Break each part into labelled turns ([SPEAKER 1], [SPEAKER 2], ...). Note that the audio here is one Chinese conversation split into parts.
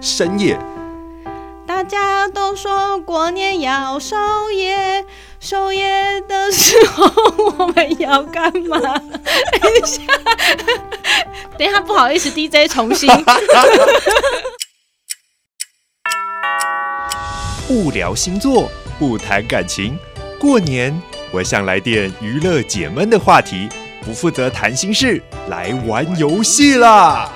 [SPEAKER 1] 深夜。
[SPEAKER 2] 大家都说过年要守夜，守夜的时候我们要干 嘛？等一下，等一下，不好意思，DJ 重新。
[SPEAKER 1] 不聊星座，不谈感情。过年，我想来点娱乐解闷的话题，不负责谈心事，来玩游戏啦！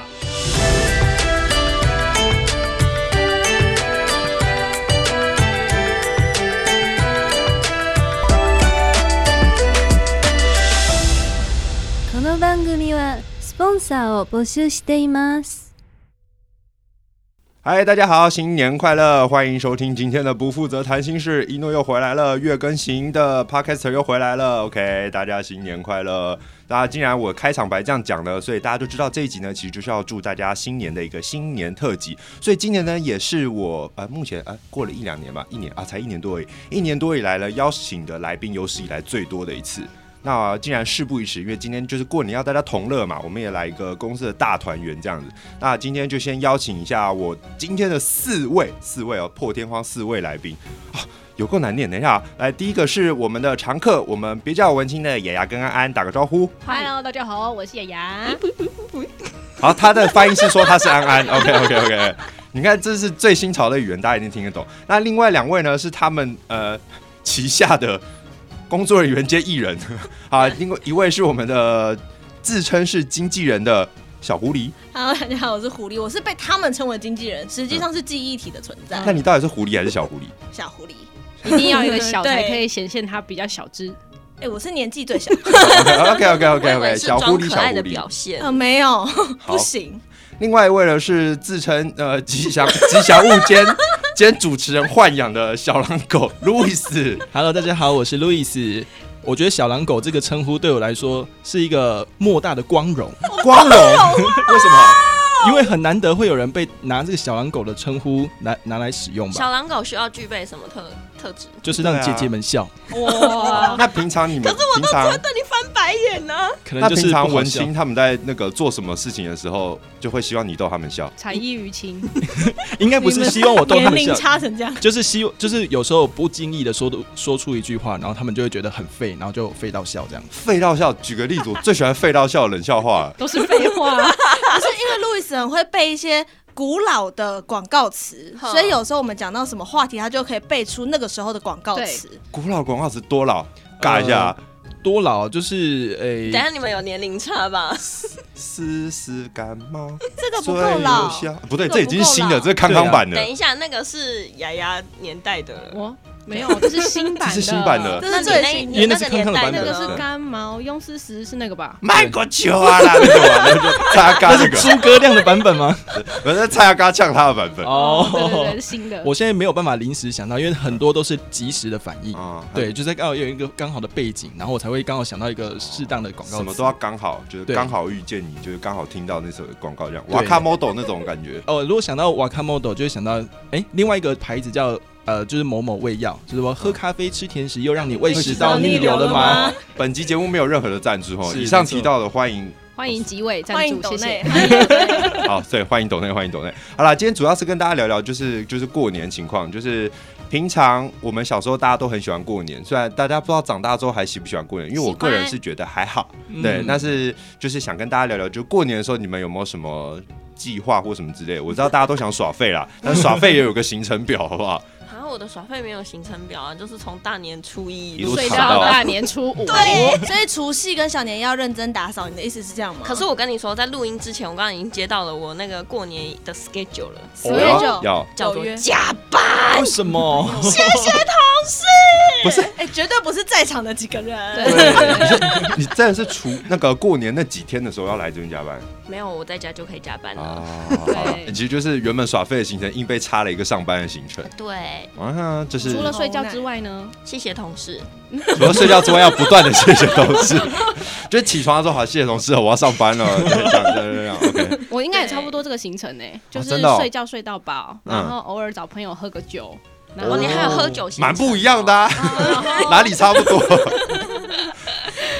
[SPEAKER 3] この番組はスポンサーを募集しています。
[SPEAKER 1] 嗨，大家好，新年快乐！欢迎收听今天的不负责谈心事，一诺又回来了，月更新的 Podcaster 又回来了。OK，大家新年快乐！那既然我开场白这样讲呢，所以大家就知道这一集呢，其实就是要祝大家新年的一个新年特辑。所以今年呢，也是我呃目前呃过了一两年吧，一年啊才一年多而已，一年多以来呢，邀请的来宾有史以来最多的一次。那既然事不宜迟，因为今天就是过年要大家同乐嘛，我们也来一个公司的大团圆这样子。那今天就先邀请一下我今天的四位，四位哦，破天荒四位来宾啊，有够难念。等一下啊，来，第一个是我们的常客，我们别叫我文青的雅雅跟安安打个招呼。
[SPEAKER 2] Hello，大家好，我是雅 雅。
[SPEAKER 1] 好，他的翻译是说他是安 安。OK OK OK，你看这是最新潮的语言，大家一定听得懂。那另外两位呢是他们呃旗下的工作人员兼艺人 啊，另外一位是我们的自称是经纪人的小狐狸。
[SPEAKER 4] Hello，大家好，我是狐狸，我是被他们称为经纪人，实际
[SPEAKER 5] 嗯
[SPEAKER 4] 上是记忆体的存在。
[SPEAKER 1] 那你到底是狐狸还是小狐狸？
[SPEAKER 4] 小狐狸，
[SPEAKER 2] 一定要有一个小才
[SPEAKER 4] 对
[SPEAKER 2] 可以显现它比较小只。
[SPEAKER 4] 哎、 我是年纪最 小。
[SPEAKER 1] OK OK OK
[SPEAKER 6] 我以
[SPEAKER 1] OK，
[SPEAKER 6] 为是
[SPEAKER 1] 小
[SPEAKER 6] 装
[SPEAKER 1] 狐狸
[SPEAKER 6] 可
[SPEAKER 1] 小
[SPEAKER 6] 爱
[SPEAKER 1] 狐
[SPEAKER 6] 的
[SPEAKER 1] 狸。
[SPEAKER 6] 表现。
[SPEAKER 5] 嗯
[SPEAKER 4] 呃，没有，
[SPEAKER 1] 好
[SPEAKER 4] 不行。
[SPEAKER 1] 另外一位呢是自称呃吉祥吉祥物兼 兼主持人豢养的小狼狗路易斯。
[SPEAKER 5] Hello，大家好，我是路易斯。我觉得“小狼狗”这个称呼对我来说是一个莫大的光荣，
[SPEAKER 1] 光荣，
[SPEAKER 4] 啊
[SPEAKER 1] 为什么？
[SPEAKER 5] 因为很难得会有人被拿这个“小狼狗”的称呼来拿来使用吧，
[SPEAKER 6] 小狼狗需要具备什么特特质？
[SPEAKER 5] 就是让
[SPEAKER 1] 对啊
[SPEAKER 5] 姐姐们笑，
[SPEAKER 2] 哇，
[SPEAKER 1] 那平常你们，平常
[SPEAKER 4] 对你翻白眼啊呢、
[SPEAKER 5] 可能
[SPEAKER 1] 那
[SPEAKER 5] 就是
[SPEAKER 1] 平常
[SPEAKER 5] 不好
[SPEAKER 1] 文
[SPEAKER 5] 笑
[SPEAKER 1] 青他们在那个做什么事情的时候，就会希望你逗他们笑。
[SPEAKER 2] 才艺于情，
[SPEAKER 5] 应该不是希望我逗 他
[SPEAKER 4] 年
[SPEAKER 5] 们
[SPEAKER 4] 龄
[SPEAKER 5] 笑，嗯
[SPEAKER 4] 差成这样，
[SPEAKER 5] 就是希就是有时候不经意的说说出一句话，然后他们就会觉得很废，然后就废到笑这样。
[SPEAKER 1] 废到笑，举个例子，我最喜欢废到笑的冷笑话了。
[SPEAKER 2] 都是废话。
[SPEAKER 4] 不是因为路易斯很会背一些古老的广告词，
[SPEAKER 6] 哼
[SPEAKER 4] 所以有时候我们讲到什么话题，他就可以背出那个时候的广告
[SPEAKER 2] 对
[SPEAKER 4] 词。
[SPEAKER 1] 古老广告词多老，尬一
[SPEAKER 5] 呃
[SPEAKER 1] 下，
[SPEAKER 5] 多老啊就是诶、
[SPEAKER 6] 等一下你们有年龄差吧？
[SPEAKER 1] 丝丝感冒，
[SPEAKER 4] 这个不
[SPEAKER 1] 最
[SPEAKER 4] 够
[SPEAKER 1] 有啊
[SPEAKER 4] 老，
[SPEAKER 1] 效。不对，
[SPEAKER 4] 这
[SPEAKER 1] 这
[SPEAKER 4] 个
[SPEAKER 1] 已经是新
[SPEAKER 4] 不够
[SPEAKER 1] 的，
[SPEAKER 4] 老
[SPEAKER 1] 这是康
[SPEAKER 5] 啊
[SPEAKER 1] 康版的
[SPEAKER 6] 等。一下，那个是雅雅年代的了。
[SPEAKER 2] 我没有，这是新版的，
[SPEAKER 1] 这是新版的
[SPEAKER 4] 这
[SPEAKER 6] 那
[SPEAKER 4] 是
[SPEAKER 6] 你
[SPEAKER 4] 最
[SPEAKER 6] 那
[SPEAKER 4] 新的。
[SPEAKER 6] 你
[SPEAKER 5] 因为那是
[SPEAKER 6] 个
[SPEAKER 5] 康
[SPEAKER 6] 年
[SPEAKER 5] 康的
[SPEAKER 6] 代
[SPEAKER 5] 版嗯
[SPEAKER 2] 那
[SPEAKER 6] 的
[SPEAKER 2] 个
[SPEAKER 6] 了
[SPEAKER 2] 是干毛，庸丝石是那个吧？
[SPEAKER 1] 卖过球啊啦，那个嘛那个蔡阿嘎
[SPEAKER 5] 那
[SPEAKER 1] 那
[SPEAKER 5] 是
[SPEAKER 1] 个，
[SPEAKER 5] 诸葛亮的版本吗？
[SPEAKER 1] 反正蔡阿嘎呛他的版
[SPEAKER 5] 哦
[SPEAKER 1] 本。
[SPEAKER 2] 对对对，是新的。
[SPEAKER 5] 我现在没有办法临时想到，因为很多都是及时的反应。
[SPEAKER 1] 啊，
[SPEAKER 5] 对，就在刚好有一个刚好的背景，然后我才会刚好想到一个适当的广告词。
[SPEAKER 1] 什么都要刚好，就是
[SPEAKER 5] 对
[SPEAKER 1] 刚好遇见你，就是刚好听到那首广告这样，
[SPEAKER 5] 对
[SPEAKER 1] 瓦卡 model 那种感觉。
[SPEAKER 5] 哦，如果想到 Wakamoto，就会想到哎、另外一个牌子叫呃，就是某某胃药，就是说喝咖啡吃甜食又让你胃食道逆流了
[SPEAKER 6] 哦
[SPEAKER 5] 吗？
[SPEAKER 1] 本集节目没有任何的赞助哦，
[SPEAKER 5] 是
[SPEAKER 1] 以上
[SPEAKER 5] 没错
[SPEAKER 1] 提到的欢迎
[SPEAKER 2] 欢迎几位赞
[SPEAKER 4] 欢迎
[SPEAKER 2] 助，
[SPEAKER 4] 抖内
[SPEAKER 2] 谢谢。，
[SPEAKER 1] 好，对，欢迎抖内，欢迎抖内。好啦，今天主要是跟大家聊聊，就是就是过年情况，就是平常我们小时候大家都很喜欢过年，虽然大家不知道长大之后还喜不喜欢过年，因为我个人是觉得还好。对，
[SPEAKER 5] 嗯
[SPEAKER 1] 但是就是想跟大家聊聊，就过年的时候你们有没有什么计划或什么之类的？我知道大家都想耍废啦，但耍废也有个行程表，好不 好？
[SPEAKER 6] 然后啊我的耍费没有行程表啊，就是从大年初一
[SPEAKER 1] 一路
[SPEAKER 2] 睡
[SPEAKER 1] 查
[SPEAKER 2] 到
[SPEAKER 1] 到
[SPEAKER 2] 大年初五，
[SPEAKER 4] 对，所以除夕跟小年夜要认真打扫，你的意思是这样吗？
[SPEAKER 6] 可是我跟你说，在录音之前，我刚刚已经接到了我那个过年的 schedule 了，
[SPEAKER 4] 所以就
[SPEAKER 1] 哦 要
[SPEAKER 6] 叫做
[SPEAKER 4] 有约
[SPEAKER 6] 加班。
[SPEAKER 5] 为什么？
[SPEAKER 1] 不是
[SPEAKER 4] 哎、绝对不是在场的几个人。
[SPEAKER 2] 对
[SPEAKER 1] 对，你真的是除那个过年那几天的时候要来这边加班
[SPEAKER 6] 没有，我在家就可以加班了。
[SPEAKER 1] 啊？好了
[SPEAKER 2] 对
[SPEAKER 1] 其实就是原本耍废的行程，硬被插了一个上班的行程
[SPEAKER 6] 对，
[SPEAKER 1] 啊，就是
[SPEAKER 2] 除了睡觉之外呢？
[SPEAKER 6] 谢谢同事。
[SPEAKER 1] 除了睡觉之外，要不断的谢谢同事，就是起床的时候好，谢谢同事，我要上班了，对这样这样这样，OK，
[SPEAKER 2] 我应该也
[SPEAKER 6] 对
[SPEAKER 2] 差不多这个行程呢、就是
[SPEAKER 1] 真的哦
[SPEAKER 2] 睡觉睡到饱，
[SPEAKER 1] 嗯
[SPEAKER 2] 然后偶尔找朋友喝个酒，然
[SPEAKER 6] 哦
[SPEAKER 2] 后
[SPEAKER 6] 哦，你还有
[SPEAKER 1] 哦
[SPEAKER 6] 喝酒行程哦，
[SPEAKER 1] 蛮不一样的、啊，哪里差不多？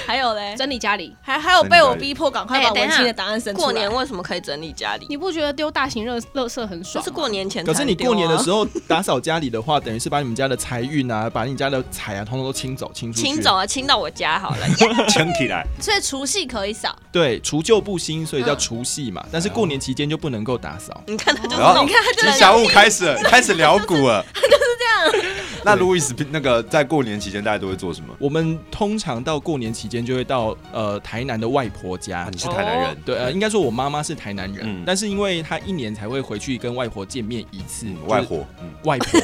[SPEAKER 4] 还有嘞，
[SPEAKER 2] 整理家里。
[SPEAKER 4] 还还有被我逼迫赶快把
[SPEAKER 6] 哎等一
[SPEAKER 4] 文
[SPEAKER 6] 下
[SPEAKER 4] 青的答案生出来。
[SPEAKER 6] 过年为什么可以整理家里？
[SPEAKER 2] 你不觉得丢大型热垃圾很爽
[SPEAKER 6] 就
[SPEAKER 2] 吗？
[SPEAKER 6] 是过年前才丢
[SPEAKER 5] 可
[SPEAKER 6] 啊，
[SPEAKER 5] 是你过年的时候打扫家里的话，等于是把你们家的财运啊，把你家的财啊，通通都清走，清出去。
[SPEAKER 6] 清走。啊，清到我家好 了。
[SPEAKER 1] 撑起来，
[SPEAKER 4] 所以除夕可以扫，
[SPEAKER 5] 对，除旧布新，所以叫除夕
[SPEAKER 1] 嗯
[SPEAKER 5] 嘛。但是过年期间就不能够打扫。
[SPEAKER 6] 哦你看他就是
[SPEAKER 1] 然
[SPEAKER 6] 那
[SPEAKER 1] 后
[SPEAKER 6] 种
[SPEAKER 1] 你看吉祥物开始了开始聊股了，就是这样。那路易斯那个在过年期间大家都会做什么？啊
[SPEAKER 5] 我们通常到过年期间就会到呃台南的外婆
[SPEAKER 1] 啊
[SPEAKER 5] 家，
[SPEAKER 1] 你是台南人，
[SPEAKER 5] 对，呃，应该说我妈妈是台南人，
[SPEAKER 1] 嗯
[SPEAKER 5] 但是因为她一年才会回去跟外婆见面一次，
[SPEAKER 1] 嗯
[SPEAKER 5] 就是
[SPEAKER 1] 外婆，嗯，
[SPEAKER 5] 外婆，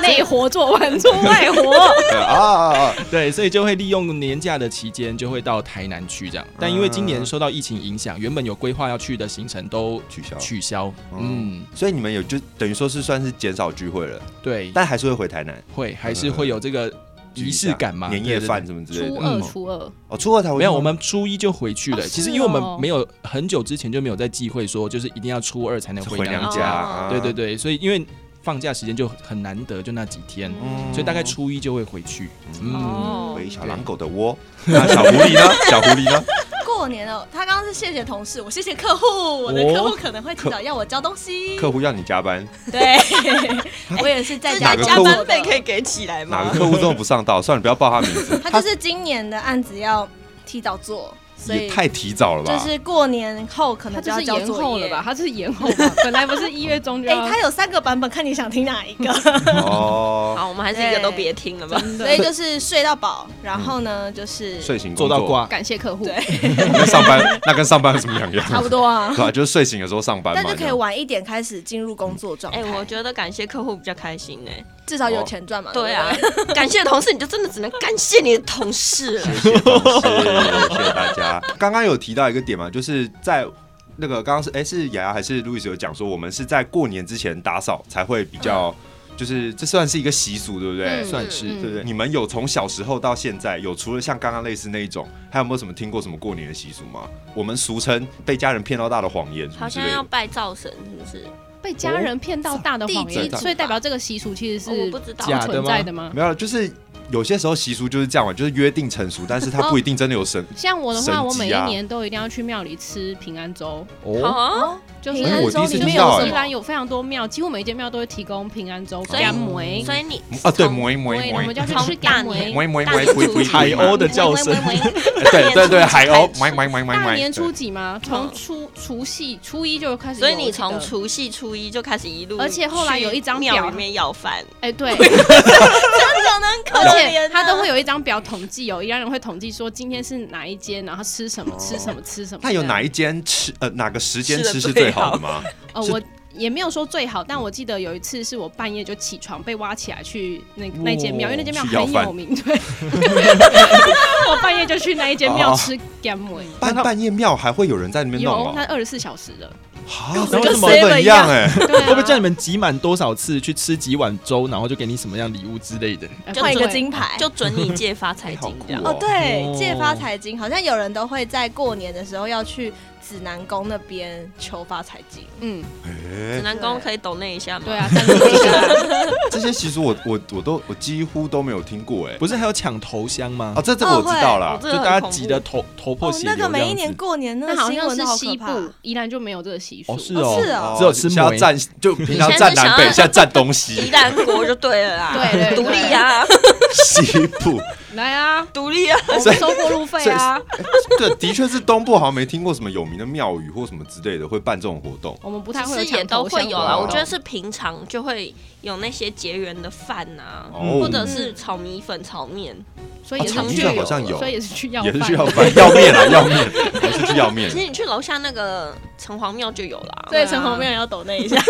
[SPEAKER 2] 内活做完做外活，
[SPEAKER 1] 对啊啊啊啊！
[SPEAKER 5] 对，所以就会利用年假的期间就会到台南去这样。但因为今年受到疫情影响，原本有规划要去的行程都
[SPEAKER 1] 取消
[SPEAKER 5] 取消，
[SPEAKER 1] 嗯
[SPEAKER 5] 嗯，
[SPEAKER 1] 所以你们有就等于说是算是减少聚会了，
[SPEAKER 5] 对，
[SPEAKER 1] 但还是会回台南
[SPEAKER 5] 会还是会有这个仪式感嘛，
[SPEAKER 1] 年夜
[SPEAKER 5] 对
[SPEAKER 1] 饭。
[SPEAKER 5] 对对
[SPEAKER 1] 什么之类
[SPEAKER 2] 初
[SPEAKER 1] 的。
[SPEAKER 2] 二
[SPEAKER 5] 嗯
[SPEAKER 2] 初二，
[SPEAKER 1] 哦，初二才回去吗
[SPEAKER 5] 没有，我们初一就回去了。
[SPEAKER 2] 哦
[SPEAKER 5] 其实
[SPEAKER 2] 是
[SPEAKER 5] 因为我们
[SPEAKER 2] 哦
[SPEAKER 5] 没有很久之前就没有在忌讳说，就是一定要初二才能
[SPEAKER 1] 回
[SPEAKER 5] 回娘
[SPEAKER 1] 娘
[SPEAKER 5] 家。
[SPEAKER 1] 家，
[SPEAKER 6] 哦
[SPEAKER 1] 啊
[SPEAKER 5] 对对，对，所以因为放假时间就很难得，就那几天，
[SPEAKER 1] 嗯
[SPEAKER 5] 所以大
[SPEAKER 4] 哦
[SPEAKER 5] 概初一就会回去。嗯，
[SPEAKER 6] 哦
[SPEAKER 1] 回小狼狗的窝。那小狐狸呢？小狐狸呢？
[SPEAKER 4] 过年了。他刚刚是谢谢同事，我谢谢客户，我的
[SPEAKER 5] 哦
[SPEAKER 4] 客户可能会提早要我交东西。
[SPEAKER 1] 客户要你加班，
[SPEAKER 4] 对，我也是在
[SPEAKER 6] 自
[SPEAKER 1] 哪
[SPEAKER 4] 家
[SPEAKER 6] 家
[SPEAKER 1] 个
[SPEAKER 6] 加
[SPEAKER 1] 客户
[SPEAKER 6] 班费可以给起来
[SPEAKER 1] 哪
[SPEAKER 6] 吗
[SPEAKER 1] 个？客户这么不上道？算了，不要报他名字，
[SPEAKER 4] 他就是今年的案子要提早做，所
[SPEAKER 1] 也
[SPEAKER 4] 以
[SPEAKER 1] 太提早了吧？
[SPEAKER 4] 就是过年后可
[SPEAKER 2] 他
[SPEAKER 4] 能就
[SPEAKER 2] 就
[SPEAKER 4] 要
[SPEAKER 2] 是
[SPEAKER 4] 交
[SPEAKER 2] 延
[SPEAKER 4] 作
[SPEAKER 2] 后了
[SPEAKER 4] 业
[SPEAKER 2] 吧？。他是延后吧？ 本来不是一月中 就
[SPEAKER 4] 哎、
[SPEAKER 2] 要
[SPEAKER 4] 他有三个版本，看你想听哪一个。
[SPEAKER 1] 哦，
[SPEAKER 6] 好，我们还是一个都别听了吧。
[SPEAKER 4] 所以就是睡到饱，然后呢就是
[SPEAKER 1] 睡醒工
[SPEAKER 5] 做到
[SPEAKER 1] 作，
[SPEAKER 5] 挂。
[SPEAKER 2] 感谢客户，
[SPEAKER 4] 对
[SPEAKER 1] 跟上班 那跟上班有什么两样？
[SPEAKER 4] 差不 多啊
[SPEAKER 1] 对，吧？就是睡醒的时候上班嘛，
[SPEAKER 4] 但就可
[SPEAKER 1] 这
[SPEAKER 4] 以
[SPEAKER 1] 样
[SPEAKER 4] 晚一点开始进入工作状态。
[SPEAKER 6] 哎，我觉得感谢客户比较开心哎。
[SPEAKER 4] 至少有钱赚嘛。
[SPEAKER 6] 对啊
[SPEAKER 4] 不，
[SPEAKER 6] 感谢同事，你就真的只能感谢你的同事了。
[SPEAKER 1] 谢谢同事，谢谢大家。刚刚有提到一个点嘛，就是在那个刚刚是哎、是雅雅还是路易斯有讲说，我们是在过年之前打扫才会比较，
[SPEAKER 4] 嗯
[SPEAKER 1] 就是这算是一个习俗，对不对？
[SPEAKER 5] 算是
[SPEAKER 1] 对不对？你们有从小时候到现在，有除了像刚刚类似那一种，还有没有什么听过什么过年的习俗吗？我们俗称被家人骗到大的谎言，什么
[SPEAKER 6] 好
[SPEAKER 1] 之
[SPEAKER 6] 像
[SPEAKER 1] 类
[SPEAKER 6] 要
[SPEAKER 1] 的。
[SPEAKER 6] 拜灶神，是不是？
[SPEAKER 2] 被家人骗到大的谎
[SPEAKER 1] 地
[SPEAKER 2] 言
[SPEAKER 1] 基，
[SPEAKER 2] 所以代表这个习俗其实
[SPEAKER 6] 哦我
[SPEAKER 2] 是
[SPEAKER 6] 不知道
[SPEAKER 5] 假的
[SPEAKER 2] 存在的吗？
[SPEAKER 1] 没有，就是有些时候习俗就是这样嘛，就是约定成熟，但是它不一定真的有神。
[SPEAKER 2] 像我的
[SPEAKER 1] 神
[SPEAKER 2] 话，
[SPEAKER 1] 级啊
[SPEAKER 2] 我每一年都一定要去庙里吃平安粥，
[SPEAKER 5] 哦，
[SPEAKER 6] 哦，
[SPEAKER 2] 就是
[SPEAKER 1] 哎我第一次
[SPEAKER 2] 里面
[SPEAKER 1] 听到
[SPEAKER 2] 有
[SPEAKER 1] 哎
[SPEAKER 2] 宜兰有非常多庙，几乎每一间庙都会提供平安粥、
[SPEAKER 1] 所以
[SPEAKER 2] 干梅，
[SPEAKER 6] 所以你
[SPEAKER 1] 啊，对，磨一磨一
[SPEAKER 2] 所以
[SPEAKER 1] 磨
[SPEAKER 2] 我
[SPEAKER 1] 一
[SPEAKER 2] 们就要去
[SPEAKER 6] 从
[SPEAKER 2] 吃
[SPEAKER 6] 大
[SPEAKER 2] 干梅
[SPEAKER 6] 年。嗯
[SPEAKER 1] 磨一磨一
[SPEAKER 6] 大
[SPEAKER 1] 磨一
[SPEAKER 6] 年初
[SPEAKER 1] 回回
[SPEAKER 6] 一
[SPEAKER 5] 海鸥的叫声，
[SPEAKER 1] 对对对，海鸥，买买买买
[SPEAKER 2] 大
[SPEAKER 1] 买。
[SPEAKER 2] 年初
[SPEAKER 1] 对
[SPEAKER 2] 几嘛，从初除夕、初一就开始有
[SPEAKER 6] 所
[SPEAKER 2] 这个。
[SPEAKER 6] 以你从除夕初一就开始一路，
[SPEAKER 2] 而且后来有一张表
[SPEAKER 6] 庙里面要饭，
[SPEAKER 2] 哎对，
[SPEAKER 4] 可
[SPEAKER 2] 而
[SPEAKER 4] 怜
[SPEAKER 2] 且
[SPEAKER 4] 啊
[SPEAKER 2] 他都会有一张表统计哦，宜兰人会统计说今天是哪一间，然后吃什么吃什么吃什么。
[SPEAKER 1] 那有哪
[SPEAKER 2] 一？
[SPEAKER 1] 一间吃呃哪个时间
[SPEAKER 6] 吃得
[SPEAKER 1] 吃是
[SPEAKER 6] 最
[SPEAKER 1] 最好的
[SPEAKER 6] 好
[SPEAKER 1] 吗？
[SPEAKER 2] 呃，
[SPEAKER 1] 是
[SPEAKER 2] 我也没有说最好，但我记得有一次是我半夜就起床被挖起来去那那间庙，因为那间庙
[SPEAKER 1] 去要
[SPEAKER 2] 很
[SPEAKER 1] 饭
[SPEAKER 2] 有名，对。我半夜就去那一间庙
[SPEAKER 1] 哦
[SPEAKER 2] 吃干梅。
[SPEAKER 1] 半半夜庙还会有人在那边弄
[SPEAKER 2] 有，
[SPEAKER 1] 哦
[SPEAKER 2] 它，二十四小时的，
[SPEAKER 1] 啊
[SPEAKER 5] 跟
[SPEAKER 1] 跟
[SPEAKER 5] seven
[SPEAKER 1] 本一样哎，
[SPEAKER 2] 对啊
[SPEAKER 5] 会不会叫你们集满多少次去吃几碗粥，然后就给你什么样礼物之类的？
[SPEAKER 2] 哎
[SPEAKER 6] 就
[SPEAKER 4] 换一个
[SPEAKER 6] 准
[SPEAKER 4] 金牌。
[SPEAKER 6] 就准你借发财
[SPEAKER 1] 好
[SPEAKER 6] 金
[SPEAKER 1] 酷
[SPEAKER 6] 这样。
[SPEAKER 1] 哦
[SPEAKER 4] 哦，对
[SPEAKER 5] 哦，
[SPEAKER 4] 借发财金，好像有人都会在过年的时候要去指南宫那边求发财金。
[SPEAKER 2] 嗯，
[SPEAKER 6] 指
[SPEAKER 1] 哎
[SPEAKER 6] 南宫可以抖那一下吗？
[SPEAKER 2] 对，啊，赞助一下
[SPEAKER 1] 这些习俗我我我都我几乎都没有听过哎，
[SPEAKER 5] 不是还有抢头香吗
[SPEAKER 1] 啊？这这个我
[SPEAKER 4] 哦
[SPEAKER 1] 知
[SPEAKER 4] 会
[SPEAKER 1] 道啦
[SPEAKER 6] 我，
[SPEAKER 5] 就
[SPEAKER 6] 这个
[SPEAKER 5] 大
[SPEAKER 6] 很
[SPEAKER 5] 家
[SPEAKER 6] 恐
[SPEAKER 5] 挤
[SPEAKER 6] 怖
[SPEAKER 5] 得头头破
[SPEAKER 4] 哦，
[SPEAKER 5] 血
[SPEAKER 4] 那
[SPEAKER 5] 流这
[SPEAKER 4] 个
[SPEAKER 5] 样
[SPEAKER 4] 每一
[SPEAKER 5] 子
[SPEAKER 4] 年过年那
[SPEAKER 2] 那
[SPEAKER 4] 个
[SPEAKER 2] 好
[SPEAKER 4] 新
[SPEAKER 2] 像
[SPEAKER 4] 闻
[SPEAKER 2] 是
[SPEAKER 4] 都好可
[SPEAKER 2] 西
[SPEAKER 4] 怕。
[SPEAKER 2] 部，宜兰就没有这个习俗。
[SPEAKER 5] 哦是
[SPEAKER 4] 哦
[SPEAKER 5] 哦，
[SPEAKER 4] 是哦
[SPEAKER 5] 只有吃
[SPEAKER 1] 现在要
[SPEAKER 5] 梅
[SPEAKER 1] 站就平常
[SPEAKER 6] 以前
[SPEAKER 1] 站
[SPEAKER 6] 是
[SPEAKER 1] 南
[SPEAKER 6] 想
[SPEAKER 1] 北，
[SPEAKER 6] 要
[SPEAKER 1] 现在站东
[SPEAKER 6] 一
[SPEAKER 1] 西，
[SPEAKER 6] 旦国就对了啦，
[SPEAKER 2] 对对对
[SPEAKER 6] 独立啊，
[SPEAKER 1] 西部。
[SPEAKER 2] 来啊，
[SPEAKER 6] 独立啊，
[SPEAKER 2] 我们收过路费啊，
[SPEAKER 1] 对，的确是东部好像没听过什么有名的庙宇或什么之类的会办这种活动。
[SPEAKER 2] 我们不太会有
[SPEAKER 6] 是也
[SPEAKER 2] 抢
[SPEAKER 6] 都
[SPEAKER 2] 头香
[SPEAKER 6] 会有啦。
[SPEAKER 1] 活动
[SPEAKER 6] 我觉得是平常就会有那些结缘的饭啊，
[SPEAKER 1] 哦
[SPEAKER 6] 或者是炒米粉、炒面，
[SPEAKER 2] 所以也
[SPEAKER 1] 哦
[SPEAKER 2] 是
[SPEAKER 1] 长
[SPEAKER 2] 去
[SPEAKER 1] 居好像有
[SPEAKER 2] 所以也是去要
[SPEAKER 1] 也
[SPEAKER 2] 饭，
[SPEAKER 1] 是需要饭，要面啊，要面，还是去要面
[SPEAKER 6] 其。实你去楼下那个城隍庙就有啦。
[SPEAKER 4] 对，城隍庙也要抖那一下。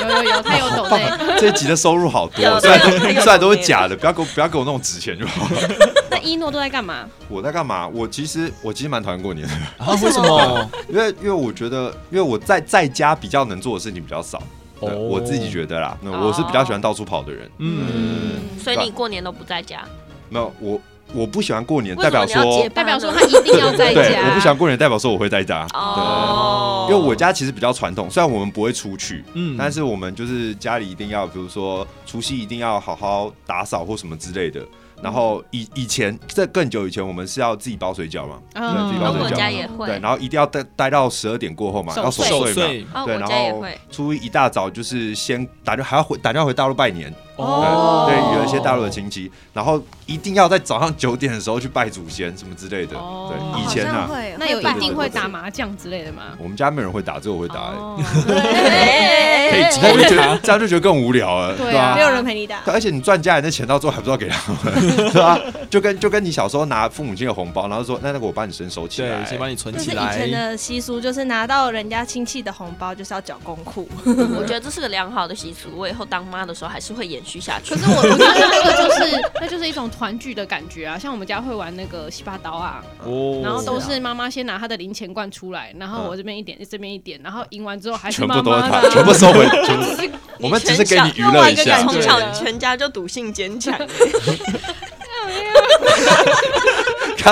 [SPEAKER 2] 有有有，他有抖内，
[SPEAKER 1] 这一集的收入好多，
[SPEAKER 6] 有
[SPEAKER 1] 虽然
[SPEAKER 6] 有有
[SPEAKER 1] 虽然都是假的，不要给我不要给我那种纸钱就好了。
[SPEAKER 2] 那一诺都在干嘛？
[SPEAKER 1] 我在干嘛？我其实我其实蛮讨厌过年的，
[SPEAKER 5] 啊？为什么？
[SPEAKER 1] 因为因为我觉得，因为我在在家比较能做的事情比较少， 对
[SPEAKER 5] 哦
[SPEAKER 1] 我自己觉得啦。那
[SPEAKER 6] 哦
[SPEAKER 1] 我是比较喜欢到处跑的人，
[SPEAKER 5] 嗯，
[SPEAKER 6] 所以你过年都不在家，
[SPEAKER 1] 没有我我不喜欢过年，
[SPEAKER 6] 为
[SPEAKER 1] 代
[SPEAKER 6] 什
[SPEAKER 1] 表
[SPEAKER 6] 么你要
[SPEAKER 1] 说
[SPEAKER 6] 结
[SPEAKER 2] 代
[SPEAKER 6] 巴呢
[SPEAKER 2] 表说他一定要在
[SPEAKER 1] 对，我不喜
[SPEAKER 2] 家。
[SPEAKER 1] 欢过年，代表说我会在家。
[SPEAKER 6] 哦，
[SPEAKER 1] 因为我家其实比较传统，虽然我们不会出去，
[SPEAKER 5] 嗯
[SPEAKER 1] 但是我们就是家里一定要，比如说除夕一定要好好打扫或什么之类的。然后以以前在更久以前，我们是要自己包水饺嘛，
[SPEAKER 2] 嗯
[SPEAKER 1] 对，自己
[SPEAKER 6] 嗯然
[SPEAKER 1] 包
[SPEAKER 6] 后
[SPEAKER 1] 水
[SPEAKER 6] 我家
[SPEAKER 1] 饺。
[SPEAKER 6] 也会
[SPEAKER 1] 对，，然后一定要待待到十二点过后嘛，
[SPEAKER 6] 守
[SPEAKER 1] 要守
[SPEAKER 6] 岁
[SPEAKER 5] 守
[SPEAKER 1] 岁嘛。
[SPEAKER 6] 哦，
[SPEAKER 5] 岁
[SPEAKER 1] 对，
[SPEAKER 6] 我
[SPEAKER 1] 然
[SPEAKER 6] 家也
[SPEAKER 1] 后
[SPEAKER 6] 会，
[SPEAKER 1] 初一一大早就是先打电话，还要回打电话回大陆拜年，
[SPEAKER 2] 哦
[SPEAKER 1] 对，有一些大陆的亲戚，然后一定要在早上九点的时候去拜祖先什么之类的。
[SPEAKER 2] 哦
[SPEAKER 1] 对，以前
[SPEAKER 4] 好像
[SPEAKER 1] 啊，
[SPEAKER 4] 会
[SPEAKER 2] 那有
[SPEAKER 1] 拜
[SPEAKER 2] 一定会打麻将之类的吗？
[SPEAKER 1] 我们家没有人会打，只有我会打、欸。
[SPEAKER 2] 哦
[SPEAKER 4] 哎
[SPEAKER 5] 可以
[SPEAKER 1] 这样就觉
[SPEAKER 5] 啊
[SPEAKER 1] 得 这样就觉得更无聊了，
[SPEAKER 2] 对啊
[SPEAKER 1] 对吧
[SPEAKER 4] 没？有人陪 你打，
[SPEAKER 1] 而且你赚家人的钱到最后还不知道给他们， 对吧？就跟就跟你小时候拿父母亲的红包，然后说那那个我帮你先收起来
[SPEAKER 5] 对，，先把你存
[SPEAKER 4] 这
[SPEAKER 5] 起
[SPEAKER 4] 是以
[SPEAKER 5] 来
[SPEAKER 4] 前。的习俗，就是拿到人家亲戚的红包就是要缴公库。
[SPEAKER 6] 我觉得这是个良好的习俗，我以后当妈的时候还是会延续下去
[SPEAKER 2] 可。 是我我觉得那个就是那就是一种团聚的感觉啊，像我们家会玩那个洗把刀啊，
[SPEAKER 5] 哦
[SPEAKER 2] 然后都是妈妈先拿她的零钱罐出来，然后我这边一点，这边一点，然后赢完之后还
[SPEAKER 1] 嗯
[SPEAKER 2] 是
[SPEAKER 1] 全
[SPEAKER 2] 妈
[SPEAKER 1] 部都是
[SPEAKER 2] 妈的
[SPEAKER 1] 他，
[SPEAKER 2] 啊，
[SPEAKER 1] 全部 收回，全部我们只是给你娱乐一
[SPEAKER 6] 全
[SPEAKER 1] 下
[SPEAKER 6] 小。从
[SPEAKER 5] 对
[SPEAKER 6] 小全家就赌性坚 强，
[SPEAKER 1] 刚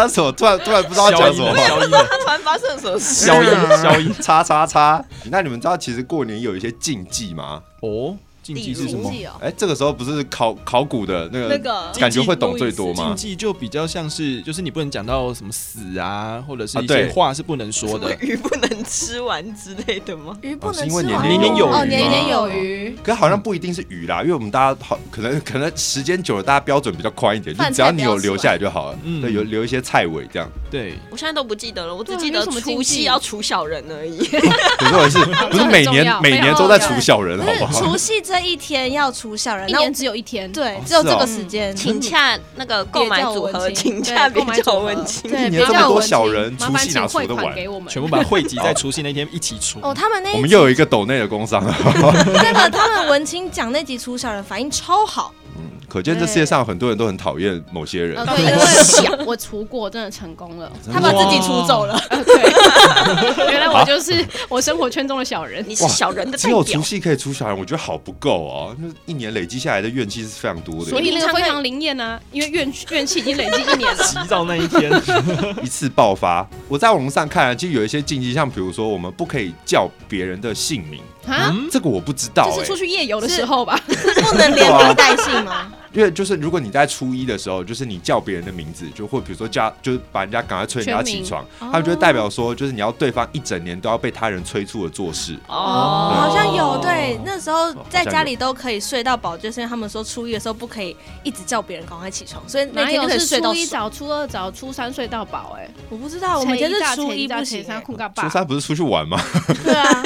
[SPEAKER 1] 刚什么突然突然不知道
[SPEAKER 5] 消
[SPEAKER 1] 讲
[SPEAKER 5] 音
[SPEAKER 1] 什么
[SPEAKER 5] 了
[SPEAKER 1] 话？
[SPEAKER 5] 消音了
[SPEAKER 6] 他突然发生了什么事？
[SPEAKER 5] 消音消音。
[SPEAKER 1] 叉叉叉。那你们知道其实过年有一些禁忌吗？
[SPEAKER 5] 哦，禁忌是什么？
[SPEAKER 4] 哦，
[SPEAKER 1] 哎，这个时候不是考考古的那个
[SPEAKER 4] 那个
[SPEAKER 1] 感觉会懂最多
[SPEAKER 5] 禁
[SPEAKER 1] 吗？
[SPEAKER 5] 忌就比较像是，就是你不能讲到什么死啊，或者是一
[SPEAKER 1] 啊对
[SPEAKER 5] 些话是不能说
[SPEAKER 6] 什 么
[SPEAKER 5] 的。
[SPEAKER 6] 鱼不能吃完之类的吗？
[SPEAKER 4] 鱼
[SPEAKER 1] 不
[SPEAKER 4] 不
[SPEAKER 1] 能
[SPEAKER 4] 能
[SPEAKER 1] 吃
[SPEAKER 4] 吃
[SPEAKER 1] 完
[SPEAKER 4] 完，
[SPEAKER 1] 年
[SPEAKER 5] 年有余
[SPEAKER 4] 哦，年年
[SPEAKER 1] 嘛
[SPEAKER 4] 有余，
[SPEAKER 1] 可好像不一定是鱼
[SPEAKER 2] 嗯
[SPEAKER 1] 啦，因为我们大家好可能 可能时间久了，大家标准比较宽一点，就
[SPEAKER 4] 饭菜
[SPEAKER 1] 只要你有
[SPEAKER 4] 不要吃
[SPEAKER 1] 留下来就好了。
[SPEAKER 5] 嗯
[SPEAKER 1] 对，有留一些菜尾 这样。
[SPEAKER 5] 对，
[SPEAKER 6] 我现在都不记得了，我只
[SPEAKER 2] 对啊
[SPEAKER 6] 记
[SPEAKER 2] 有
[SPEAKER 6] 得
[SPEAKER 2] 什么禁忌
[SPEAKER 6] 除夕要除小人而已。
[SPEAKER 1] 很多人是不是每
[SPEAKER 2] 这很重
[SPEAKER 1] 年
[SPEAKER 2] 要
[SPEAKER 1] 每年都在除小人，
[SPEAKER 4] 不
[SPEAKER 1] 好不
[SPEAKER 4] 是
[SPEAKER 1] 好？
[SPEAKER 4] 除夕这一天要除小人，
[SPEAKER 2] 一
[SPEAKER 4] 那我
[SPEAKER 2] 年只有一天，
[SPEAKER 4] 对
[SPEAKER 1] 哦，
[SPEAKER 4] 只有
[SPEAKER 1] 是
[SPEAKER 4] 这
[SPEAKER 1] 哦
[SPEAKER 4] 个时间，
[SPEAKER 6] 请洽那个购买组合，
[SPEAKER 4] 别叫文青
[SPEAKER 6] 请洽
[SPEAKER 2] 对
[SPEAKER 6] 别
[SPEAKER 2] 购买组
[SPEAKER 6] 叫
[SPEAKER 2] 合
[SPEAKER 6] 文青。
[SPEAKER 1] 一
[SPEAKER 2] 对，
[SPEAKER 1] 年
[SPEAKER 2] 比
[SPEAKER 1] 这
[SPEAKER 2] 较
[SPEAKER 1] 么多
[SPEAKER 2] 文青
[SPEAKER 1] 小人，
[SPEAKER 2] 麻
[SPEAKER 1] 除
[SPEAKER 2] 烦
[SPEAKER 1] 夕哪
[SPEAKER 2] 请
[SPEAKER 1] 除
[SPEAKER 2] 汇
[SPEAKER 1] 得
[SPEAKER 2] 款
[SPEAKER 1] 完？
[SPEAKER 2] 给我们，
[SPEAKER 5] 全部把汇集在除夕那天一起除。
[SPEAKER 4] 哦，他们那一
[SPEAKER 1] 我们
[SPEAKER 4] 集
[SPEAKER 1] 又有一个抖内的工商啊了，
[SPEAKER 4] 那个他们文青讲那集除小人反应 超好，
[SPEAKER 1] 可见这世界上很多人都很讨厌某些人
[SPEAKER 2] 呃，。对，因为我除过，真的成功了。
[SPEAKER 4] 他把自己除走了，
[SPEAKER 2] 呃对， 原
[SPEAKER 1] 啊
[SPEAKER 2] 来我就是我生活圈中的小人。
[SPEAKER 6] 你是小人的代
[SPEAKER 1] 只有
[SPEAKER 6] 表，
[SPEAKER 1] 除夕可以除小人，我觉得好不够哦。那一年累积下来的怨气是非常多
[SPEAKER 2] 所
[SPEAKER 1] 的，
[SPEAKER 2] 以那个非常灵验啊，因为怨怨气已经累积一年 了。
[SPEAKER 5] 急到那一天，
[SPEAKER 1] 一次爆发。我在网络上看，啊其实有一些禁忌，像比如说我们不可以叫别人的姓名，
[SPEAKER 2] 啊，
[SPEAKER 5] 嗯
[SPEAKER 1] 这个我不知道嗯
[SPEAKER 2] 这
[SPEAKER 1] 哎
[SPEAKER 2] 是出。去夜游的时候吧？
[SPEAKER 4] 不能连名带姓 吗？
[SPEAKER 1] 因为就是如果你在初一的时候，就是你叫别人的名字，就或比如说叫，就是把人家赶快催人家
[SPEAKER 2] 全
[SPEAKER 1] 起
[SPEAKER 2] 名
[SPEAKER 1] 床，
[SPEAKER 4] 哦
[SPEAKER 1] 他们就会代表说，就是你要对方一整年都要被他人催促的做事。
[SPEAKER 6] 哦
[SPEAKER 4] 好像有，对，那时候
[SPEAKER 1] 哦好
[SPEAKER 4] 在
[SPEAKER 1] 像
[SPEAKER 4] 家
[SPEAKER 1] 有
[SPEAKER 4] 里都可以睡到饱，就是因为他们说初一的时候不可以一直叫别人赶快起床，所以那
[SPEAKER 2] 哪
[SPEAKER 4] 天
[SPEAKER 2] 有
[SPEAKER 4] 就可以
[SPEAKER 2] 是
[SPEAKER 4] 睡到
[SPEAKER 2] 初
[SPEAKER 4] 爽
[SPEAKER 2] 一早、初二早、初三睡到饱？哎，
[SPEAKER 4] 我不知道，我们以前是初
[SPEAKER 2] 一哎
[SPEAKER 4] 一
[SPEAKER 2] 大
[SPEAKER 4] 不
[SPEAKER 2] 前
[SPEAKER 4] 行
[SPEAKER 2] 三
[SPEAKER 4] 欸，
[SPEAKER 2] 裤嘎
[SPEAKER 1] 初
[SPEAKER 2] 爸，
[SPEAKER 1] 三不是出去玩吗？
[SPEAKER 4] 对啊，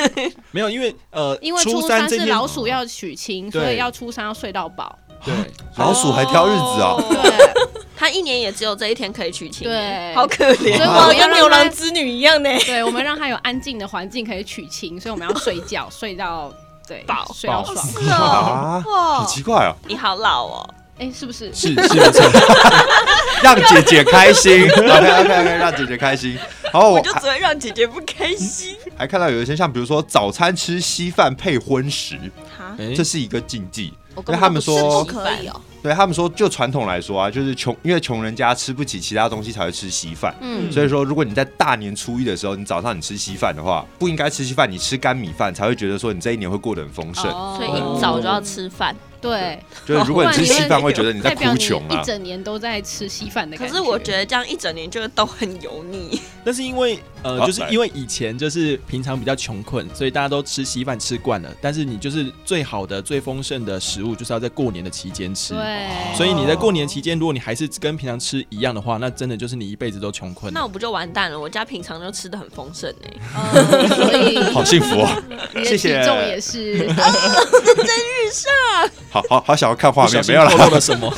[SPEAKER 5] 没有，因为呃，
[SPEAKER 2] 因为
[SPEAKER 5] 初
[SPEAKER 2] 初三
[SPEAKER 5] 这
[SPEAKER 2] 是
[SPEAKER 5] 天
[SPEAKER 2] 老鼠要娶亲，
[SPEAKER 5] 对
[SPEAKER 2] 所以要初三要睡到饱。
[SPEAKER 5] 对，
[SPEAKER 1] 老鼠还挑日子啊！
[SPEAKER 2] 哦对
[SPEAKER 6] 他一年也只有这一天可以娶亲，
[SPEAKER 2] 对
[SPEAKER 6] 好可怜。
[SPEAKER 2] 所以
[SPEAKER 4] 哇，
[SPEAKER 2] 我
[SPEAKER 4] 跟
[SPEAKER 2] 要让
[SPEAKER 4] 牛郎
[SPEAKER 2] 他，
[SPEAKER 4] 织女一样呢。
[SPEAKER 2] 对我们让他有安静的环境可以娶亲，所以我们要睡觉， 睡到对
[SPEAKER 6] 饱
[SPEAKER 2] 睡到
[SPEAKER 5] 饱
[SPEAKER 2] 爽。
[SPEAKER 4] 是哦，
[SPEAKER 1] 啊，好
[SPEAKER 4] 哇，
[SPEAKER 1] 奇怪 哦，
[SPEAKER 6] 你好老哦，
[SPEAKER 2] 哎，是不 是？
[SPEAKER 5] 是是没错，
[SPEAKER 1] 让姐姐开心。OK OK OK，让姐姐开心。然后
[SPEAKER 6] 哦我
[SPEAKER 1] 我
[SPEAKER 6] 啊就
[SPEAKER 1] 还
[SPEAKER 6] 只会让姐姐不开心。
[SPEAKER 1] 还看到有一些像比如说早餐吃稀饭配荤食，
[SPEAKER 4] 哈，
[SPEAKER 5] 哎
[SPEAKER 1] 这是一个禁忌。
[SPEAKER 6] 我
[SPEAKER 1] 因为他们说
[SPEAKER 4] 不可以哦，
[SPEAKER 1] 对他们说，就传统来说啊，就是穷，因为穷人家吃不起其他东西才会吃稀饭。
[SPEAKER 2] 嗯，
[SPEAKER 1] 所以说，如果你在大年初一的时候，你早上你吃稀饭的话，不应该吃稀饭，你吃干米饭才会觉得说你这一年会过得很丰盛。
[SPEAKER 2] 哦
[SPEAKER 6] 所以一早就要吃饭。
[SPEAKER 2] 对，
[SPEAKER 1] 就是如果你吃稀饭，会觉得你 在
[SPEAKER 2] 代表
[SPEAKER 1] 哭
[SPEAKER 2] 你
[SPEAKER 1] 穷啊
[SPEAKER 2] 一。整年都在吃稀饭的
[SPEAKER 6] 可
[SPEAKER 2] 感
[SPEAKER 6] 是我觉得这样一整年就都很油腻，
[SPEAKER 5] 但是因为呃，
[SPEAKER 1] 好
[SPEAKER 5] 就是因为以前就是平常比较穷困，所以大家都吃稀饭吃惯了。但是你就是最好的、最丰盛的食物，就是要在过年的期间吃。
[SPEAKER 2] 对，
[SPEAKER 5] 所以你在过年期间，如果你还是跟平常吃一样的话，那真的就是你一辈子都穷困。
[SPEAKER 6] 那我不就完蛋了？我家平常就吃的很丰盛哎，
[SPEAKER 4] 哦
[SPEAKER 2] 所以
[SPEAKER 1] 好幸福哦！
[SPEAKER 2] 你
[SPEAKER 1] 谢
[SPEAKER 2] 的体
[SPEAKER 1] 谢
[SPEAKER 2] 重也是
[SPEAKER 1] 好好好，想要看画
[SPEAKER 5] 不小
[SPEAKER 1] 面，
[SPEAKER 5] 心
[SPEAKER 1] 没有
[SPEAKER 5] 透
[SPEAKER 1] 啦。
[SPEAKER 5] 露了什么？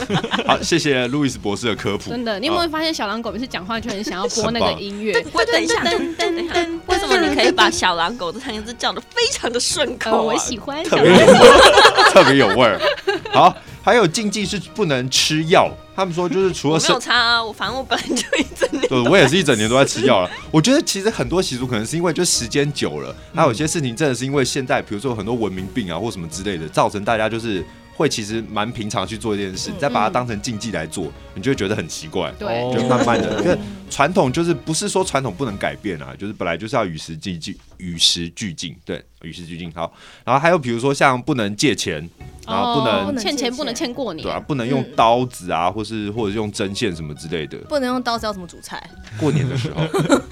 [SPEAKER 1] 好，谢谢路易斯博士的科普。
[SPEAKER 2] 真的。你有没有发现小狼狗每次讲话就很想要播那个音 乐？
[SPEAKER 6] 我等一下，等等一下，为什么你可以把小狼狗这三个字叫的非常的顺口、啊
[SPEAKER 2] 呃，我喜欢小
[SPEAKER 1] 特
[SPEAKER 2] 狼
[SPEAKER 1] 别
[SPEAKER 2] 狗
[SPEAKER 1] 有味儿，特别有味儿。好，还有禁忌是不能吃药。他们说就是除
[SPEAKER 6] 我
[SPEAKER 1] 了
[SPEAKER 6] 没
[SPEAKER 1] 生
[SPEAKER 6] 有，差啊，我反正我本来就一整年
[SPEAKER 1] 对我也是一整年都在吃药了。我觉得其实很多习俗可能是因为就时间久了，那有些事情真的是因为现在，比如说很多文明病啊或什么之类的，造成大家就是会其实蛮平常去做这件事，
[SPEAKER 4] 嗯哦
[SPEAKER 1] 再把它当成禁忌来做，你就会觉得很奇怪。
[SPEAKER 2] 对
[SPEAKER 1] 就慢慢的，因为传统就是不是说传统不能改变啊，就是本来就是要与时俱进，与时俱进，对，与时俱进。好，然后还有比如说像不能借钱，然后不能、
[SPEAKER 4] 不能
[SPEAKER 2] 哦欠
[SPEAKER 4] 借
[SPEAKER 2] 钱，不能欠过年。
[SPEAKER 1] 对啊，不
[SPEAKER 4] 嗯
[SPEAKER 1] 能用刀子啊，或是或者用针线什么之类的。
[SPEAKER 4] 不能用刀子要怎么煮菜？
[SPEAKER 1] 过年的时 候，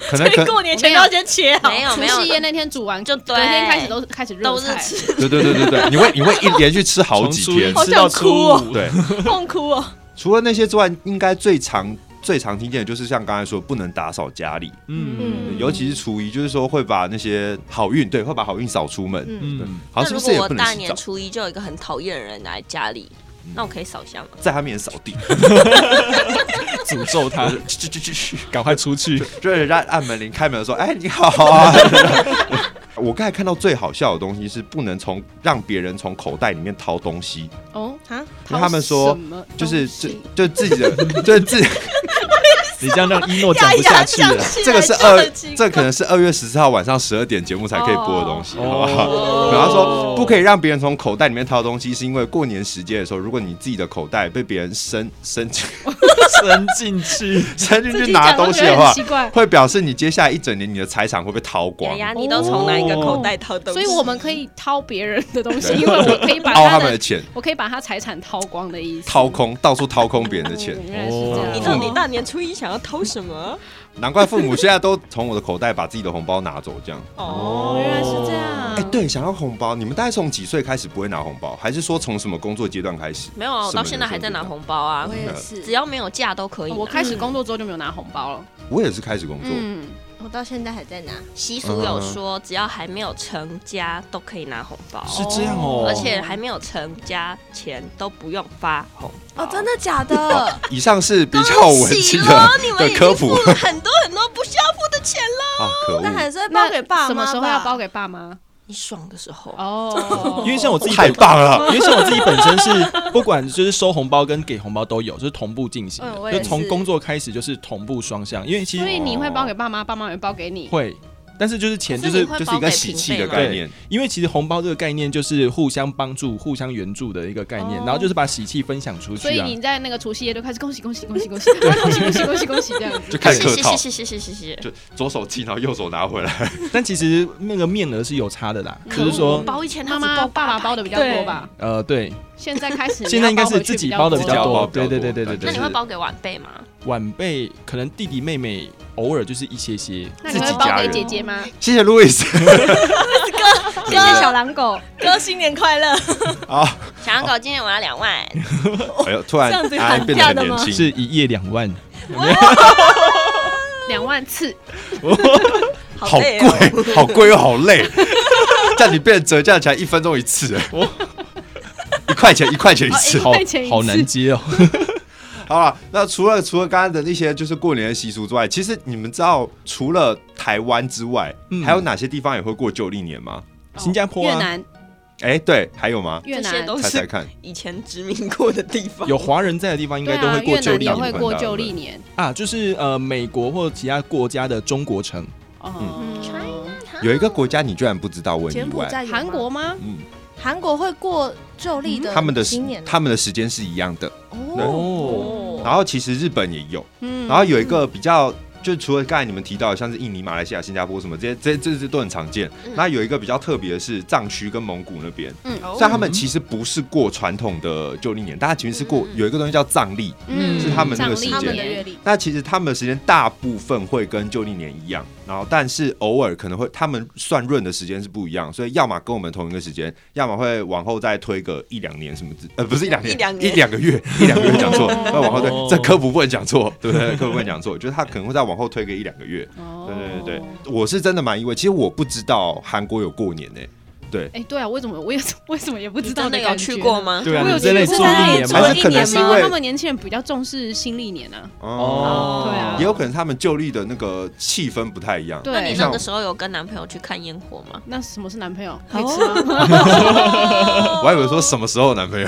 [SPEAKER 1] 可能可
[SPEAKER 6] 过年前都要先切好，没有
[SPEAKER 2] 除
[SPEAKER 6] 没有，
[SPEAKER 2] 夕夜那天煮完，就隔
[SPEAKER 6] 对
[SPEAKER 2] 天开始都开始热
[SPEAKER 6] 都是
[SPEAKER 2] 菜，
[SPEAKER 6] 吃
[SPEAKER 1] 对对对对对，你会你会一连续吃 好
[SPEAKER 5] 从
[SPEAKER 1] 几
[SPEAKER 5] 初一
[SPEAKER 1] 天。
[SPEAKER 6] 好
[SPEAKER 5] 吃到
[SPEAKER 6] 想
[SPEAKER 5] 初
[SPEAKER 6] 哭哦
[SPEAKER 5] 五，
[SPEAKER 1] 对，
[SPEAKER 6] 痛哭哦。
[SPEAKER 1] 除了那些之外，应该最常最常听见的就是像刚才说不能打扫家里，
[SPEAKER 5] 嗯
[SPEAKER 1] 尤其是初一，就是说会把那些好运对会把好运扫出门。
[SPEAKER 4] 嗯，
[SPEAKER 1] 对
[SPEAKER 5] 嗯，
[SPEAKER 1] 好像
[SPEAKER 6] 那
[SPEAKER 1] 是不
[SPEAKER 6] 如
[SPEAKER 1] 是
[SPEAKER 6] 果
[SPEAKER 1] 也
[SPEAKER 6] 我
[SPEAKER 1] 不能洗
[SPEAKER 6] 大
[SPEAKER 1] 澡嗯
[SPEAKER 6] 年，初一就有一个很讨厌的人来家里，那我可以扫一下吗？
[SPEAKER 1] 在他面前扫地，
[SPEAKER 5] 诅咒他，
[SPEAKER 1] 去去去去，
[SPEAKER 5] 赶快出去。
[SPEAKER 1] 就是人家按门铃开门说：“哎，你好啊。”我刚才看到最好笑的东西是不能从让别人从口袋里面掏东西，
[SPEAKER 2] 哦，
[SPEAKER 4] 啊，
[SPEAKER 1] 因为他们
[SPEAKER 2] 掏
[SPEAKER 1] 说
[SPEAKER 2] 什么东西
[SPEAKER 1] 就是就就自己的，就是自己
[SPEAKER 5] 你这样让一诺
[SPEAKER 4] 哎
[SPEAKER 5] 讲不下去了。
[SPEAKER 1] 这个是二，这可能是二月十四号晚上十二点节目才可以播的东
[SPEAKER 5] 哦
[SPEAKER 1] 西，好不好？ 然后他说不可
[SPEAKER 5] 以。
[SPEAKER 1] 以让别人从口袋里面掏东西，是因为过年时间的时候，如果你自己的口袋被别人伸伸 进
[SPEAKER 5] 伸进去，
[SPEAKER 1] 伸进
[SPEAKER 2] 自
[SPEAKER 1] 去
[SPEAKER 2] 己
[SPEAKER 1] 拿
[SPEAKER 2] 讲都
[SPEAKER 1] 东西
[SPEAKER 2] 觉得
[SPEAKER 1] 的
[SPEAKER 2] 很
[SPEAKER 1] 话
[SPEAKER 2] 奇，怪。
[SPEAKER 1] 会表示你接下来一整年你的财产会被掏光
[SPEAKER 6] 雅。雅，你都从哪一个口袋掏东
[SPEAKER 2] 哦所
[SPEAKER 6] 西？
[SPEAKER 2] 以我们可以掏别人的东 西，
[SPEAKER 1] 对
[SPEAKER 2] 因为我可以把
[SPEAKER 1] 掏他
[SPEAKER 2] 他
[SPEAKER 1] 们的
[SPEAKER 2] 的，
[SPEAKER 1] 钱，
[SPEAKER 2] 我可以把他财产掏光的意思。
[SPEAKER 1] 掏空，到处掏空别人的钱
[SPEAKER 2] 哦，原来是这样。
[SPEAKER 5] 哦
[SPEAKER 6] 你到底大年初一想要偷什么？
[SPEAKER 1] 难怪父母现在都从我的口袋把自己的红包拿走，这样。
[SPEAKER 6] 哦，
[SPEAKER 2] 原来是这样。
[SPEAKER 1] 哎， 对，想要红包，你们大概从几岁开始不会拿红包，还是说从什么工作阶段开始？
[SPEAKER 6] 没有啊，我
[SPEAKER 1] 什么
[SPEAKER 6] 到现在
[SPEAKER 1] 人
[SPEAKER 6] 还在
[SPEAKER 1] 生
[SPEAKER 6] 拿
[SPEAKER 1] 阶段
[SPEAKER 6] 红包啊
[SPEAKER 4] 我，也是
[SPEAKER 6] 只，要没有假都可以拿。啊
[SPEAKER 2] 我开始
[SPEAKER 1] 嗯
[SPEAKER 2] 工作之后就没有拿红包了。
[SPEAKER 1] 我也是开始工作，
[SPEAKER 2] 嗯，
[SPEAKER 4] 我到现在还在拿。
[SPEAKER 6] 习俗有说，只要还没有成家都可以拿红包，
[SPEAKER 5] 是这样哦。，
[SPEAKER 6] 而且还没有成家前都不用发红包。
[SPEAKER 4] 哦，真的假 的？
[SPEAKER 1] 哦以上是比
[SPEAKER 6] 恭
[SPEAKER 1] 较文
[SPEAKER 6] 喜
[SPEAKER 1] 青
[SPEAKER 6] 喽
[SPEAKER 1] 的！
[SPEAKER 6] 哦你们
[SPEAKER 1] 的
[SPEAKER 6] 已
[SPEAKER 1] 科
[SPEAKER 6] 经
[SPEAKER 1] 普
[SPEAKER 6] 付了很多很多不需要付的钱
[SPEAKER 1] 啊，
[SPEAKER 6] 了。
[SPEAKER 1] 可恶！
[SPEAKER 4] 那还是会包给爸妈吧
[SPEAKER 2] 什么时候要包？给爸妈？
[SPEAKER 6] 你爽的时候，
[SPEAKER 2] 哦
[SPEAKER 5] 因为像我自己
[SPEAKER 1] 太
[SPEAKER 5] 本，
[SPEAKER 1] 棒了，
[SPEAKER 5] 因为像我自己本身是不管就是收红包跟给红包都有，就是同步进行的
[SPEAKER 4] 嗯我，也
[SPEAKER 5] 就是从工作开始就是同步双向，因为其
[SPEAKER 2] 所
[SPEAKER 5] 实
[SPEAKER 2] 以你会包给爸妈，爸妈也包给你。
[SPEAKER 5] 会，但是就是钱就
[SPEAKER 6] 可是
[SPEAKER 5] 是
[SPEAKER 6] 你会
[SPEAKER 1] 就是一个喜气的概念。
[SPEAKER 5] 因为其实红包这个概念就是互相帮助、互相援助的一个概念，
[SPEAKER 2] 哦
[SPEAKER 5] 然后就是把喜气分享出
[SPEAKER 2] 所
[SPEAKER 5] 去
[SPEAKER 2] 以
[SPEAKER 5] 啊。
[SPEAKER 2] 你在那个除夕夜就开始恭喜恭喜恭喜恭喜恭喜恭喜恭喜恭喜这样子。
[SPEAKER 1] 就开始
[SPEAKER 6] 谢
[SPEAKER 1] 客
[SPEAKER 6] 谢
[SPEAKER 1] 套
[SPEAKER 6] 谢，谢谢谢谢谢。
[SPEAKER 1] 就左手寄，然后右手拿回 来。
[SPEAKER 5] 但其实那个面额是有差的啦，
[SPEAKER 2] 可
[SPEAKER 5] 只
[SPEAKER 2] 恶
[SPEAKER 5] 是说
[SPEAKER 6] 包一千，
[SPEAKER 2] 妈妈爸爸包的比较多吧？
[SPEAKER 5] 呃对，
[SPEAKER 2] 现在开始你要
[SPEAKER 5] 现在应该是自己包的比较
[SPEAKER 1] 包回
[SPEAKER 5] 多，
[SPEAKER 1] 去比较多
[SPEAKER 5] 对对对对对
[SPEAKER 6] 那
[SPEAKER 5] 对
[SPEAKER 6] 你会包给晚辈吗？
[SPEAKER 5] 晚辈可能弟弟妹妹偶尔就是一些些，
[SPEAKER 2] 那你会包给姐姐吗？
[SPEAKER 1] 谢谢 Louis
[SPEAKER 2] 谢谢小狼狗。
[SPEAKER 4] 哥，新年快乐！
[SPEAKER 1] 啊！
[SPEAKER 6] 小杨狗今天我要两万，
[SPEAKER 1] 哎呦，突然
[SPEAKER 4] 这样子
[SPEAKER 1] 哎
[SPEAKER 4] 喊
[SPEAKER 1] 变得
[SPEAKER 4] 价
[SPEAKER 1] 很
[SPEAKER 4] 的
[SPEAKER 1] 年
[SPEAKER 4] 吗
[SPEAKER 1] 轻。
[SPEAKER 5] 是一夜两万，
[SPEAKER 2] 两万次，
[SPEAKER 1] 好
[SPEAKER 6] 累哦
[SPEAKER 1] 贵，好贵又好 累，叫你变折价起来一分钟一次， 一块钱一块钱一次。
[SPEAKER 5] 好
[SPEAKER 2] 块钱一次
[SPEAKER 5] 好难接哦。
[SPEAKER 1] 好了，那除了除了刚刚的那些就是过年的习俗之外，其实你们知道除了台湾之外，
[SPEAKER 5] 嗯
[SPEAKER 1] 还有哪些地方也会过旧历年吗？
[SPEAKER 5] 新加坡
[SPEAKER 2] 哦越
[SPEAKER 5] 啊，
[SPEAKER 2] 南，
[SPEAKER 1] 哎，对，还有吗？
[SPEAKER 2] 越
[SPEAKER 6] 这些
[SPEAKER 2] 南
[SPEAKER 6] 都
[SPEAKER 4] 哦
[SPEAKER 1] 猜猜
[SPEAKER 6] 是
[SPEAKER 1] 看，
[SPEAKER 6] 以前殖民过的地方。
[SPEAKER 5] 有华人在的地方应
[SPEAKER 2] 对
[SPEAKER 5] 该都
[SPEAKER 2] 啊，
[SPEAKER 5] 会过
[SPEAKER 2] 越
[SPEAKER 5] 旧
[SPEAKER 2] 南
[SPEAKER 5] 历
[SPEAKER 2] 也
[SPEAKER 1] 年
[SPEAKER 2] 会
[SPEAKER 1] 吧
[SPEAKER 2] 过旧历年。
[SPEAKER 5] 啊，就是呃美国或其他国家的中国城，嗯
[SPEAKER 6] 嗯
[SPEAKER 2] 哦，
[SPEAKER 1] 有一个国家你居然不知道，我很
[SPEAKER 4] 柬
[SPEAKER 1] 意
[SPEAKER 4] 埔
[SPEAKER 1] 外。
[SPEAKER 4] 寨有吗
[SPEAKER 2] 韩国吗？
[SPEAKER 1] 嗯，
[SPEAKER 4] 韩国会过旧历的
[SPEAKER 1] 他们的时
[SPEAKER 4] 新年哦
[SPEAKER 1] 他们的时间是一样的。
[SPEAKER 5] 哦
[SPEAKER 1] 然后其实日本也有，
[SPEAKER 2] 嗯，
[SPEAKER 1] 然后有一个比较，就除了刚才你们提到的，像是印尼、马来西亚、新加坡什么这些，这这这都很常见。
[SPEAKER 4] 嗯
[SPEAKER 1] 那有一个比较特别的是藏区跟蒙古那边，
[SPEAKER 6] 哦
[SPEAKER 1] 所以他们其实不是过传统的旧历年，大家其实是
[SPEAKER 4] 嗯
[SPEAKER 1] 过有一个东西叫藏历。
[SPEAKER 2] 嗯
[SPEAKER 5] 是
[SPEAKER 1] 他们那个
[SPEAKER 2] 藏
[SPEAKER 1] 时间
[SPEAKER 2] 历
[SPEAKER 4] 他们的
[SPEAKER 2] 年
[SPEAKER 4] 阅历
[SPEAKER 1] 那其实他们的时间大部分会跟旧历年一样，然后但是偶尔可能会他们算闰的时间是不一样，所以要么跟我们同一个时间，要么会往后再推个一两年什么之，呃，不是一两年，
[SPEAKER 6] 一两年
[SPEAKER 1] 一两个月，一两个月讲错，那往后
[SPEAKER 5] 哦
[SPEAKER 1] 对，这科普不能讲错，对不对？科普不能讲错，就是他可能会再往后推个一两个月。
[SPEAKER 2] 哦
[SPEAKER 1] 对对对对，我是真的蛮意外，其实我不知道韩国有过年呢、
[SPEAKER 2] 哎，对啊，为什么我也为什么也不知
[SPEAKER 6] 你
[SPEAKER 2] 道
[SPEAKER 6] 真
[SPEAKER 2] 的
[SPEAKER 6] 的
[SPEAKER 2] 感
[SPEAKER 6] 有
[SPEAKER 2] 觉
[SPEAKER 6] 去过？吗？
[SPEAKER 5] 对啊，
[SPEAKER 2] 我有
[SPEAKER 5] 你在那里
[SPEAKER 2] 去过
[SPEAKER 5] 住
[SPEAKER 2] 在
[SPEAKER 5] 一
[SPEAKER 2] 那里
[SPEAKER 5] 年
[SPEAKER 2] 住
[SPEAKER 5] 吗
[SPEAKER 2] 了？
[SPEAKER 1] 还是可能
[SPEAKER 2] 是
[SPEAKER 1] 是
[SPEAKER 2] 因
[SPEAKER 1] 因
[SPEAKER 2] 为
[SPEAKER 1] 为
[SPEAKER 2] 他们年轻人比较重视新历年啊。
[SPEAKER 1] 哦，
[SPEAKER 2] 对啊
[SPEAKER 1] 也有可能他们旧历的那个气氛不太一样。
[SPEAKER 6] 那你
[SPEAKER 2] 对，
[SPEAKER 6] 那个时候有跟男朋友去看烟火吗？
[SPEAKER 2] 那什么是男朋友？可以吃吗？
[SPEAKER 1] 我还以为说什么时候男朋友，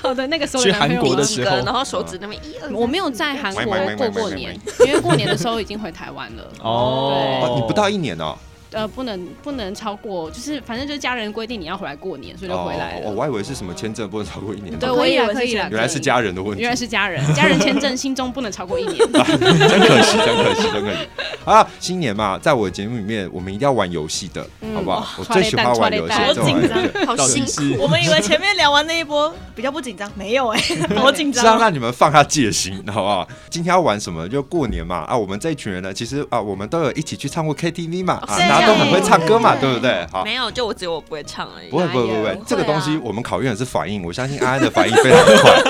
[SPEAKER 2] 好的，那个时候的男朋
[SPEAKER 5] 去
[SPEAKER 2] 友
[SPEAKER 5] 韩国的
[SPEAKER 2] 吗
[SPEAKER 5] 时
[SPEAKER 6] 几个，然后手指那边一二，
[SPEAKER 2] 我没有在韩 国过过年，因为过年的时候已经回台湾了。
[SPEAKER 5] 哦
[SPEAKER 1] 哦，你不到一年哦，
[SPEAKER 2] 呃，不能不能超过，就是反正就是家人规定你要回来过年，所以就回来了。
[SPEAKER 1] 哦，我还以为是什么签证不能超过一年，
[SPEAKER 2] 对，
[SPEAKER 4] 哦
[SPEAKER 2] 我
[SPEAKER 4] 可以
[SPEAKER 2] 以为
[SPEAKER 4] 啦
[SPEAKER 2] 可以了，
[SPEAKER 1] 原来是家人的问题
[SPEAKER 2] 原来，是家人，家人签证心中不能超过一年。
[SPEAKER 1] 真可 惜，真可惜，真可惜。啊，新年嘛，在我节目里面，我们一定要玩游戏的，
[SPEAKER 2] 嗯
[SPEAKER 1] 好不好？我最喜欢玩游戏，
[SPEAKER 6] 好
[SPEAKER 1] 最喜欢
[SPEAKER 6] 紧
[SPEAKER 1] 玩游戏。
[SPEAKER 6] 张，好
[SPEAKER 5] 到
[SPEAKER 6] 辛
[SPEAKER 5] 底是
[SPEAKER 6] 苦。
[SPEAKER 4] 我们以为前面聊完那一波比较不紧张，没有哎、好紧
[SPEAKER 1] 是要
[SPEAKER 4] 张。
[SPEAKER 1] 让你们放下戒心，好不好？今天要玩什么？就过年嘛啊！我们这一群人呢，其实啊，我们都有一起去唱过 KTV 嘛
[SPEAKER 2] 哦
[SPEAKER 1] 啊，大家都很会唱歌嘛，对不对？好，
[SPEAKER 6] 没有，就我只有我不会唱而已。
[SPEAKER 1] 不会
[SPEAKER 6] 哪
[SPEAKER 1] 不会
[SPEAKER 6] 有
[SPEAKER 1] 不会，这个
[SPEAKER 4] 会
[SPEAKER 1] 东
[SPEAKER 4] 啊
[SPEAKER 1] 西我们考验的是反应，我 相信安安的反应非常快。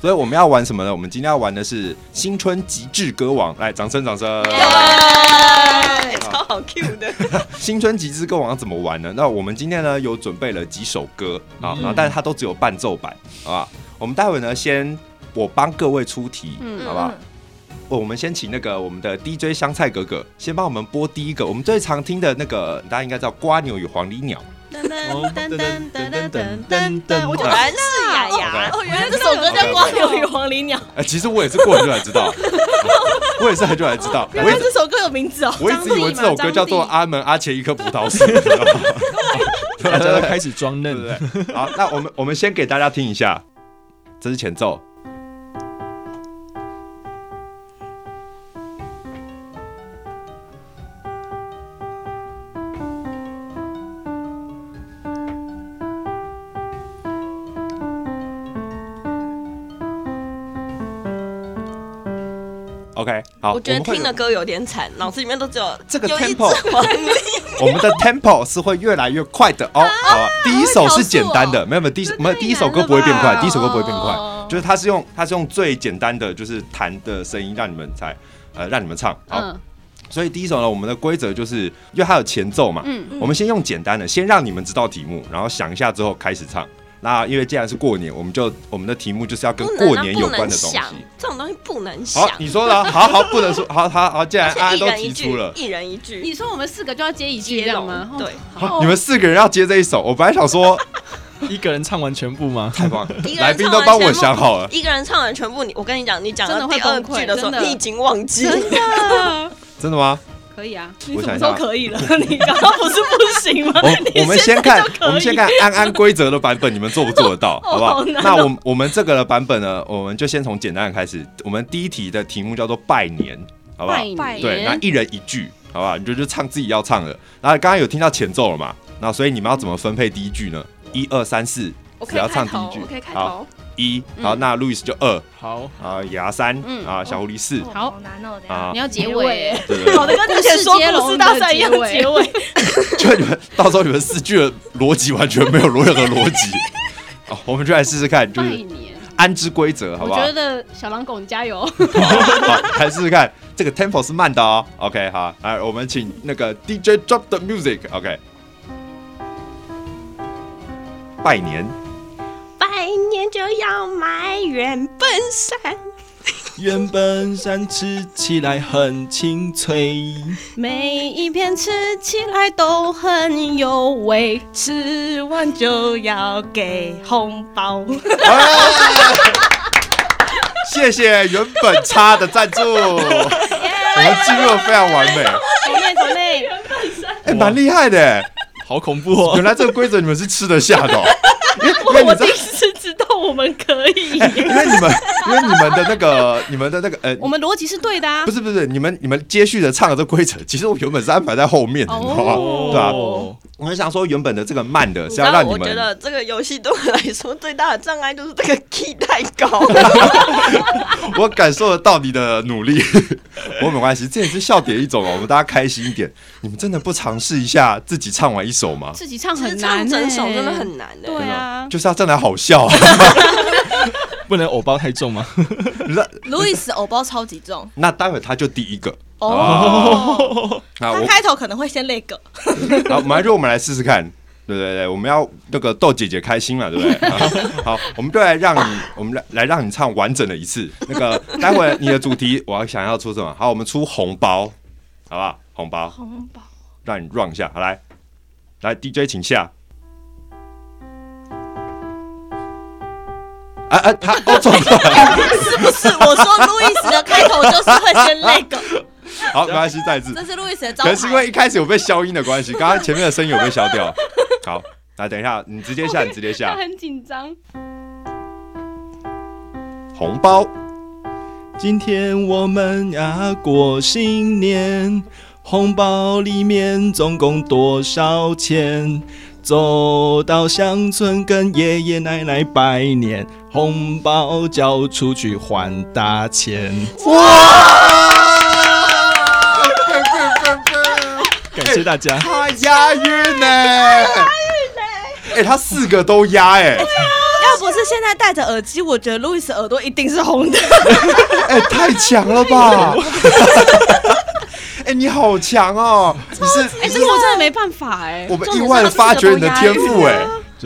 [SPEAKER 1] 所以我们要玩什么呢？我们今天要玩的是新春极致歌王，来，掌声掌声！
[SPEAKER 6] 哎超好 Q 的，
[SPEAKER 1] 新春极致歌王要怎么玩呢？那我们今天呢有准备了几首歌啊，
[SPEAKER 5] 嗯
[SPEAKER 1] 然后但是它都只有伴奏版，好吧？我们待会呢先我帮各位出题，
[SPEAKER 2] 嗯
[SPEAKER 1] 好吧？哦我们先请那个我们的 DJ 香菜哥哥先帮我们播第一个我们最常听的那个，大家应该知道《瓜牛与黄鹂鸟》。
[SPEAKER 2] 噔
[SPEAKER 5] 哦
[SPEAKER 2] 噔噔噔噔噔
[SPEAKER 5] 噔
[SPEAKER 2] 噔
[SPEAKER 5] 噔
[SPEAKER 2] 噔，我就
[SPEAKER 6] 蓝是雅雅，
[SPEAKER 4] 哦，原来这首歌叫《瓜牛与黄鹂鸟》，
[SPEAKER 1] 哎、其实我也是过很久才知道，我也是很久才知道，我一
[SPEAKER 4] 原来
[SPEAKER 1] 直
[SPEAKER 4] 这首歌有名字哦。
[SPEAKER 1] 我一直以为这首歌叫做《阿门阿前一棵葡萄树》，你知道吗
[SPEAKER 5] 大家都开始装
[SPEAKER 1] 对
[SPEAKER 5] 嫩
[SPEAKER 1] 不
[SPEAKER 5] 了。
[SPEAKER 1] 对？好，那我们我们先给大家听一下，这是前奏。OK，好，
[SPEAKER 6] 我觉得
[SPEAKER 1] 们会
[SPEAKER 6] 听的歌有点惨，脑子里面都只有
[SPEAKER 1] 这个
[SPEAKER 6] 有一只
[SPEAKER 1] tempo
[SPEAKER 6] 黄鹂，
[SPEAKER 1] 我们的 tempo 是会越来越快的
[SPEAKER 6] 啊
[SPEAKER 1] 哦。好吧，第一首是简单
[SPEAKER 6] 哦
[SPEAKER 1] 的，没有没有，第一我们第一首歌不会变快，第一首歌不会变快，就是它是用它是用最简单的就是弹的声音让你们才呃让你们唱 好。
[SPEAKER 2] 嗯
[SPEAKER 1] 所以第一首呢，我们的规则就是因为它有前奏嘛，
[SPEAKER 2] 嗯
[SPEAKER 1] 我们先用简单的，先让你们知道题目，然后想一下之后开始唱。那因为既然是过年，我们就我们的题目就是 要跟
[SPEAKER 6] 不能
[SPEAKER 1] 过
[SPEAKER 6] 啊
[SPEAKER 1] 年有
[SPEAKER 6] 不
[SPEAKER 1] 关
[SPEAKER 6] 能
[SPEAKER 1] 的东西。
[SPEAKER 6] 想，这种东西不能
[SPEAKER 1] 好
[SPEAKER 6] 想，。
[SPEAKER 1] 你说的啊，好好不能说，好好好，既然
[SPEAKER 6] 而
[SPEAKER 1] 安安
[SPEAKER 6] 且一
[SPEAKER 1] 都
[SPEAKER 6] 人
[SPEAKER 1] 提
[SPEAKER 6] 一
[SPEAKER 1] 出了
[SPEAKER 6] 句，，一人一句，
[SPEAKER 2] 你说我们四个就要接一句这
[SPEAKER 6] 接
[SPEAKER 2] 样
[SPEAKER 6] 龙
[SPEAKER 2] 吗？哦
[SPEAKER 6] 对，
[SPEAKER 1] 你们四个人要接这一首，我本来想说
[SPEAKER 5] 一个人唱完全部吗？
[SPEAKER 1] 太棒了
[SPEAKER 6] 一，个人
[SPEAKER 1] 来宾都帮我想好了，
[SPEAKER 6] 一个人唱完全部，你我跟你讲，你讲
[SPEAKER 2] 真
[SPEAKER 6] 到
[SPEAKER 2] 的
[SPEAKER 6] 第
[SPEAKER 2] 会
[SPEAKER 6] 二
[SPEAKER 2] 崩溃
[SPEAKER 6] 句的时候，
[SPEAKER 2] 真的
[SPEAKER 6] 你已经忘记了。
[SPEAKER 2] 真的
[SPEAKER 1] 真的 吗？
[SPEAKER 2] 可以啊，
[SPEAKER 1] 我想一
[SPEAKER 4] 都
[SPEAKER 1] 下，
[SPEAKER 4] 可 以了，你刚刚不是不行吗？
[SPEAKER 1] 我我们先看，我们先看安安规则的版本，你们做不做得 到，好不好？
[SPEAKER 6] 哦
[SPEAKER 1] 那我们我们这个的版本呢，我们就先从简单的开始。我们第一题的题目叫做拜年，好不好？
[SPEAKER 2] 拜
[SPEAKER 1] 啊对，那一人一句，好不好？你就就唱自己要唱的。然后刚刚有听到前奏了嘛？那所以你们要怎么分配第一句呢？一二三四，
[SPEAKER 6] 我
[SPEAKER 1] 只
[SPEAKER 6] 可以
[SPEAKER 1] 要
[SPEAKER 6] 开
[SPEAKER 1] 唱第一
[SPEAKER 6] 头，
[SPEAKER 1] 句
[SPEAKER 6] 我可以，开
[SPEAKER 1] 好
[SPEAKER 6] 头。嗯
[SPEAKER 1] 一，好，那路易斯就二，
[SPEAKER 5] 好，
[SPEAKER 1] 啊，雅三，
[SPEAKER 2] 嗯
[SPEAKER 1] 啊，小狐狸四，
[SPEAKER 2] 好
[SPEAKER 4] 难哦，等一下
[SPEAKER 1] 啊
[SPEAKER 2] 你，要结尾，
[SPEAKER 1] 对对对
[SPEAKER 4] 搞得跟之前说故事大赛一样
[SPEAKER 2] 故事接
[SPEAKER 4] 结尾，
[SPEAKER 1] 就你们到时候你们四句的逻辑完全没有任何逻辑。哦，我们就来试试看，就
[SPEAKER 2] 拜
[SPEAKER 1] 是
[SPEAKER 2] 年。
[SPEAKER 1] 安之规则，好
[SPEAKER 2] 哎我
[SPEAKER 1] 不好？
[SPEAKER 2] 觉得小狼狗你加油，
[SPEAKER 1] 好，来试试看，这个 tempo 是慢的哦。OK，好，来，我们请那个 DJ drop the music。OK，拜年
[SPEAKER 6] 拜年就要买元本山，
[SPEAKER 5] 原本山吃起来很清脆，
[SPEAKER 2] 每一片吃起来都很有味。
[SPEAKER 4] 吃完就要给红包。
[SPEAKER 1] 哎谢谢原本差的赞助，我们进入得非常完美，
[SPEAKER 2] 同类同类，
[SPEAKER 1] 哎，蛮厉害的耶。
[SPEAKER 5] 好恐怖哦
[SPEAKER 1] 原！来这个规则你们是吃得下 的、哦，因为因为你知道，
[SPEAKER 4] 是知道我们可以，
[SPEAKER 1] 因为你们因为你们的那个你们的那个呃，
[SPEAKER 2] 我们逻辑是对的啊
[SPEAKER 1] 不。是不是，你们你们接续的唱的这规则，其实我原本是安排在后面的，你知道吗？
[SPEAKER 2] 哦
[SPEAKER 1] 对啊，我很想说原本的这个慢的
[SPEAKER 6] 你
[SPEAKER 1] 是
[SPEAKER 6] 知
[SPEAKER 1] 要
[SPEAKER 6] 道
[SPEAKER 1] 让你
[SPEAKER 6] 我
[SPEAKER 4] 哦
[SPEAKER 1] 们
[SPEAKER 6] 觉得这个游戏对我来说最大的障碍就是这个 key 太 高，
[SPEAKER 1] 我感受得到你的努力， 不过没关系，这也是笑点一种哦嘛，我们大家开心一点。你们真的不尝试一下自己唱完一首吗？
[SPEAKER 2] 自己唱
[SPEAKER 6] 其
[SPEAKER 2] 很
[SPEAKER 6] 实
[SPEAKER 2] 难、
[SPEAKER 6] 唱
[SPEAKER 2] 欸，
[SPEAKER 6] 整首真的很难的。
[SPEAKER 2] 对啊。
[SPEAKER 1] 就是要站得好笑、 啊，
[SPEAKER 5] 不能偶包太重吗？
[SPEAKER 1] 你知道
[SPEAKER 4] 路易斯偶包超级重
[SPEAKER 1] 那待会他就第一个。啊
[SPEAKER 4] 哦，
[SPEAKER 1] 那
[SPEAKER 4] 他
[SPEAKER 1] 啊我，
[SPEAKER 4] 开头可能会先那 个，
[SPEAKER 1] 然后我们来就我们来试试看，对对对，我们要那个逗姐姐开心嘛，对不对？好，好我们就来让你，我们来来让你唱完整的一次。那个待会你的主题我要想要出什么？好，我们出红包，好不好？红包，
[SPEAKER 4] 红包
[SPEAKER 1] 让你 run 一下，好来，来 DJ 请下。啊啊，他 哦，错了，
[SPEAKER 4] 是不是？我说路易斯的开头就是会先那个，
[SPEAKER 1] 好，没关系，再一次。
[SPEAKER 4] 这是路易斯的招
[SPEAKER 1] 可能是因
[SPEAKER 4] 牌。
[SPEAKER 1] 为一开始有被消音的关系，刚刚前面的声音有被消掉。好，那等一下，你直接下，你直接
[SPEAKER 2] 他
[SPEAKER 1] 下。
[SPEAKER 2] 很紧张。
[SPEAKER 1] 红包，
[SPEAKER 5] 今天我们呀过新年，红包里面总共多少钱？走到乡村跟爷爷奶奶拜年，红包交出去还大钱。感谢大家。
[SPEAKER 1] 他押韵呢、哎、他四个都押哎、
[SPEAKER 6] 啊
[SPEAKER 4] 要不是现在戴着耳机，我觉得路易斯耳朵一定是红的。
[SPEAKER 1] 哎、太强了吧！ 哎、你好强哦！你是
[SPEAKER 2] 哎，这个我真的没办法哎
[SPEAKER 1] 我。们意外的发掘你的天赋哎、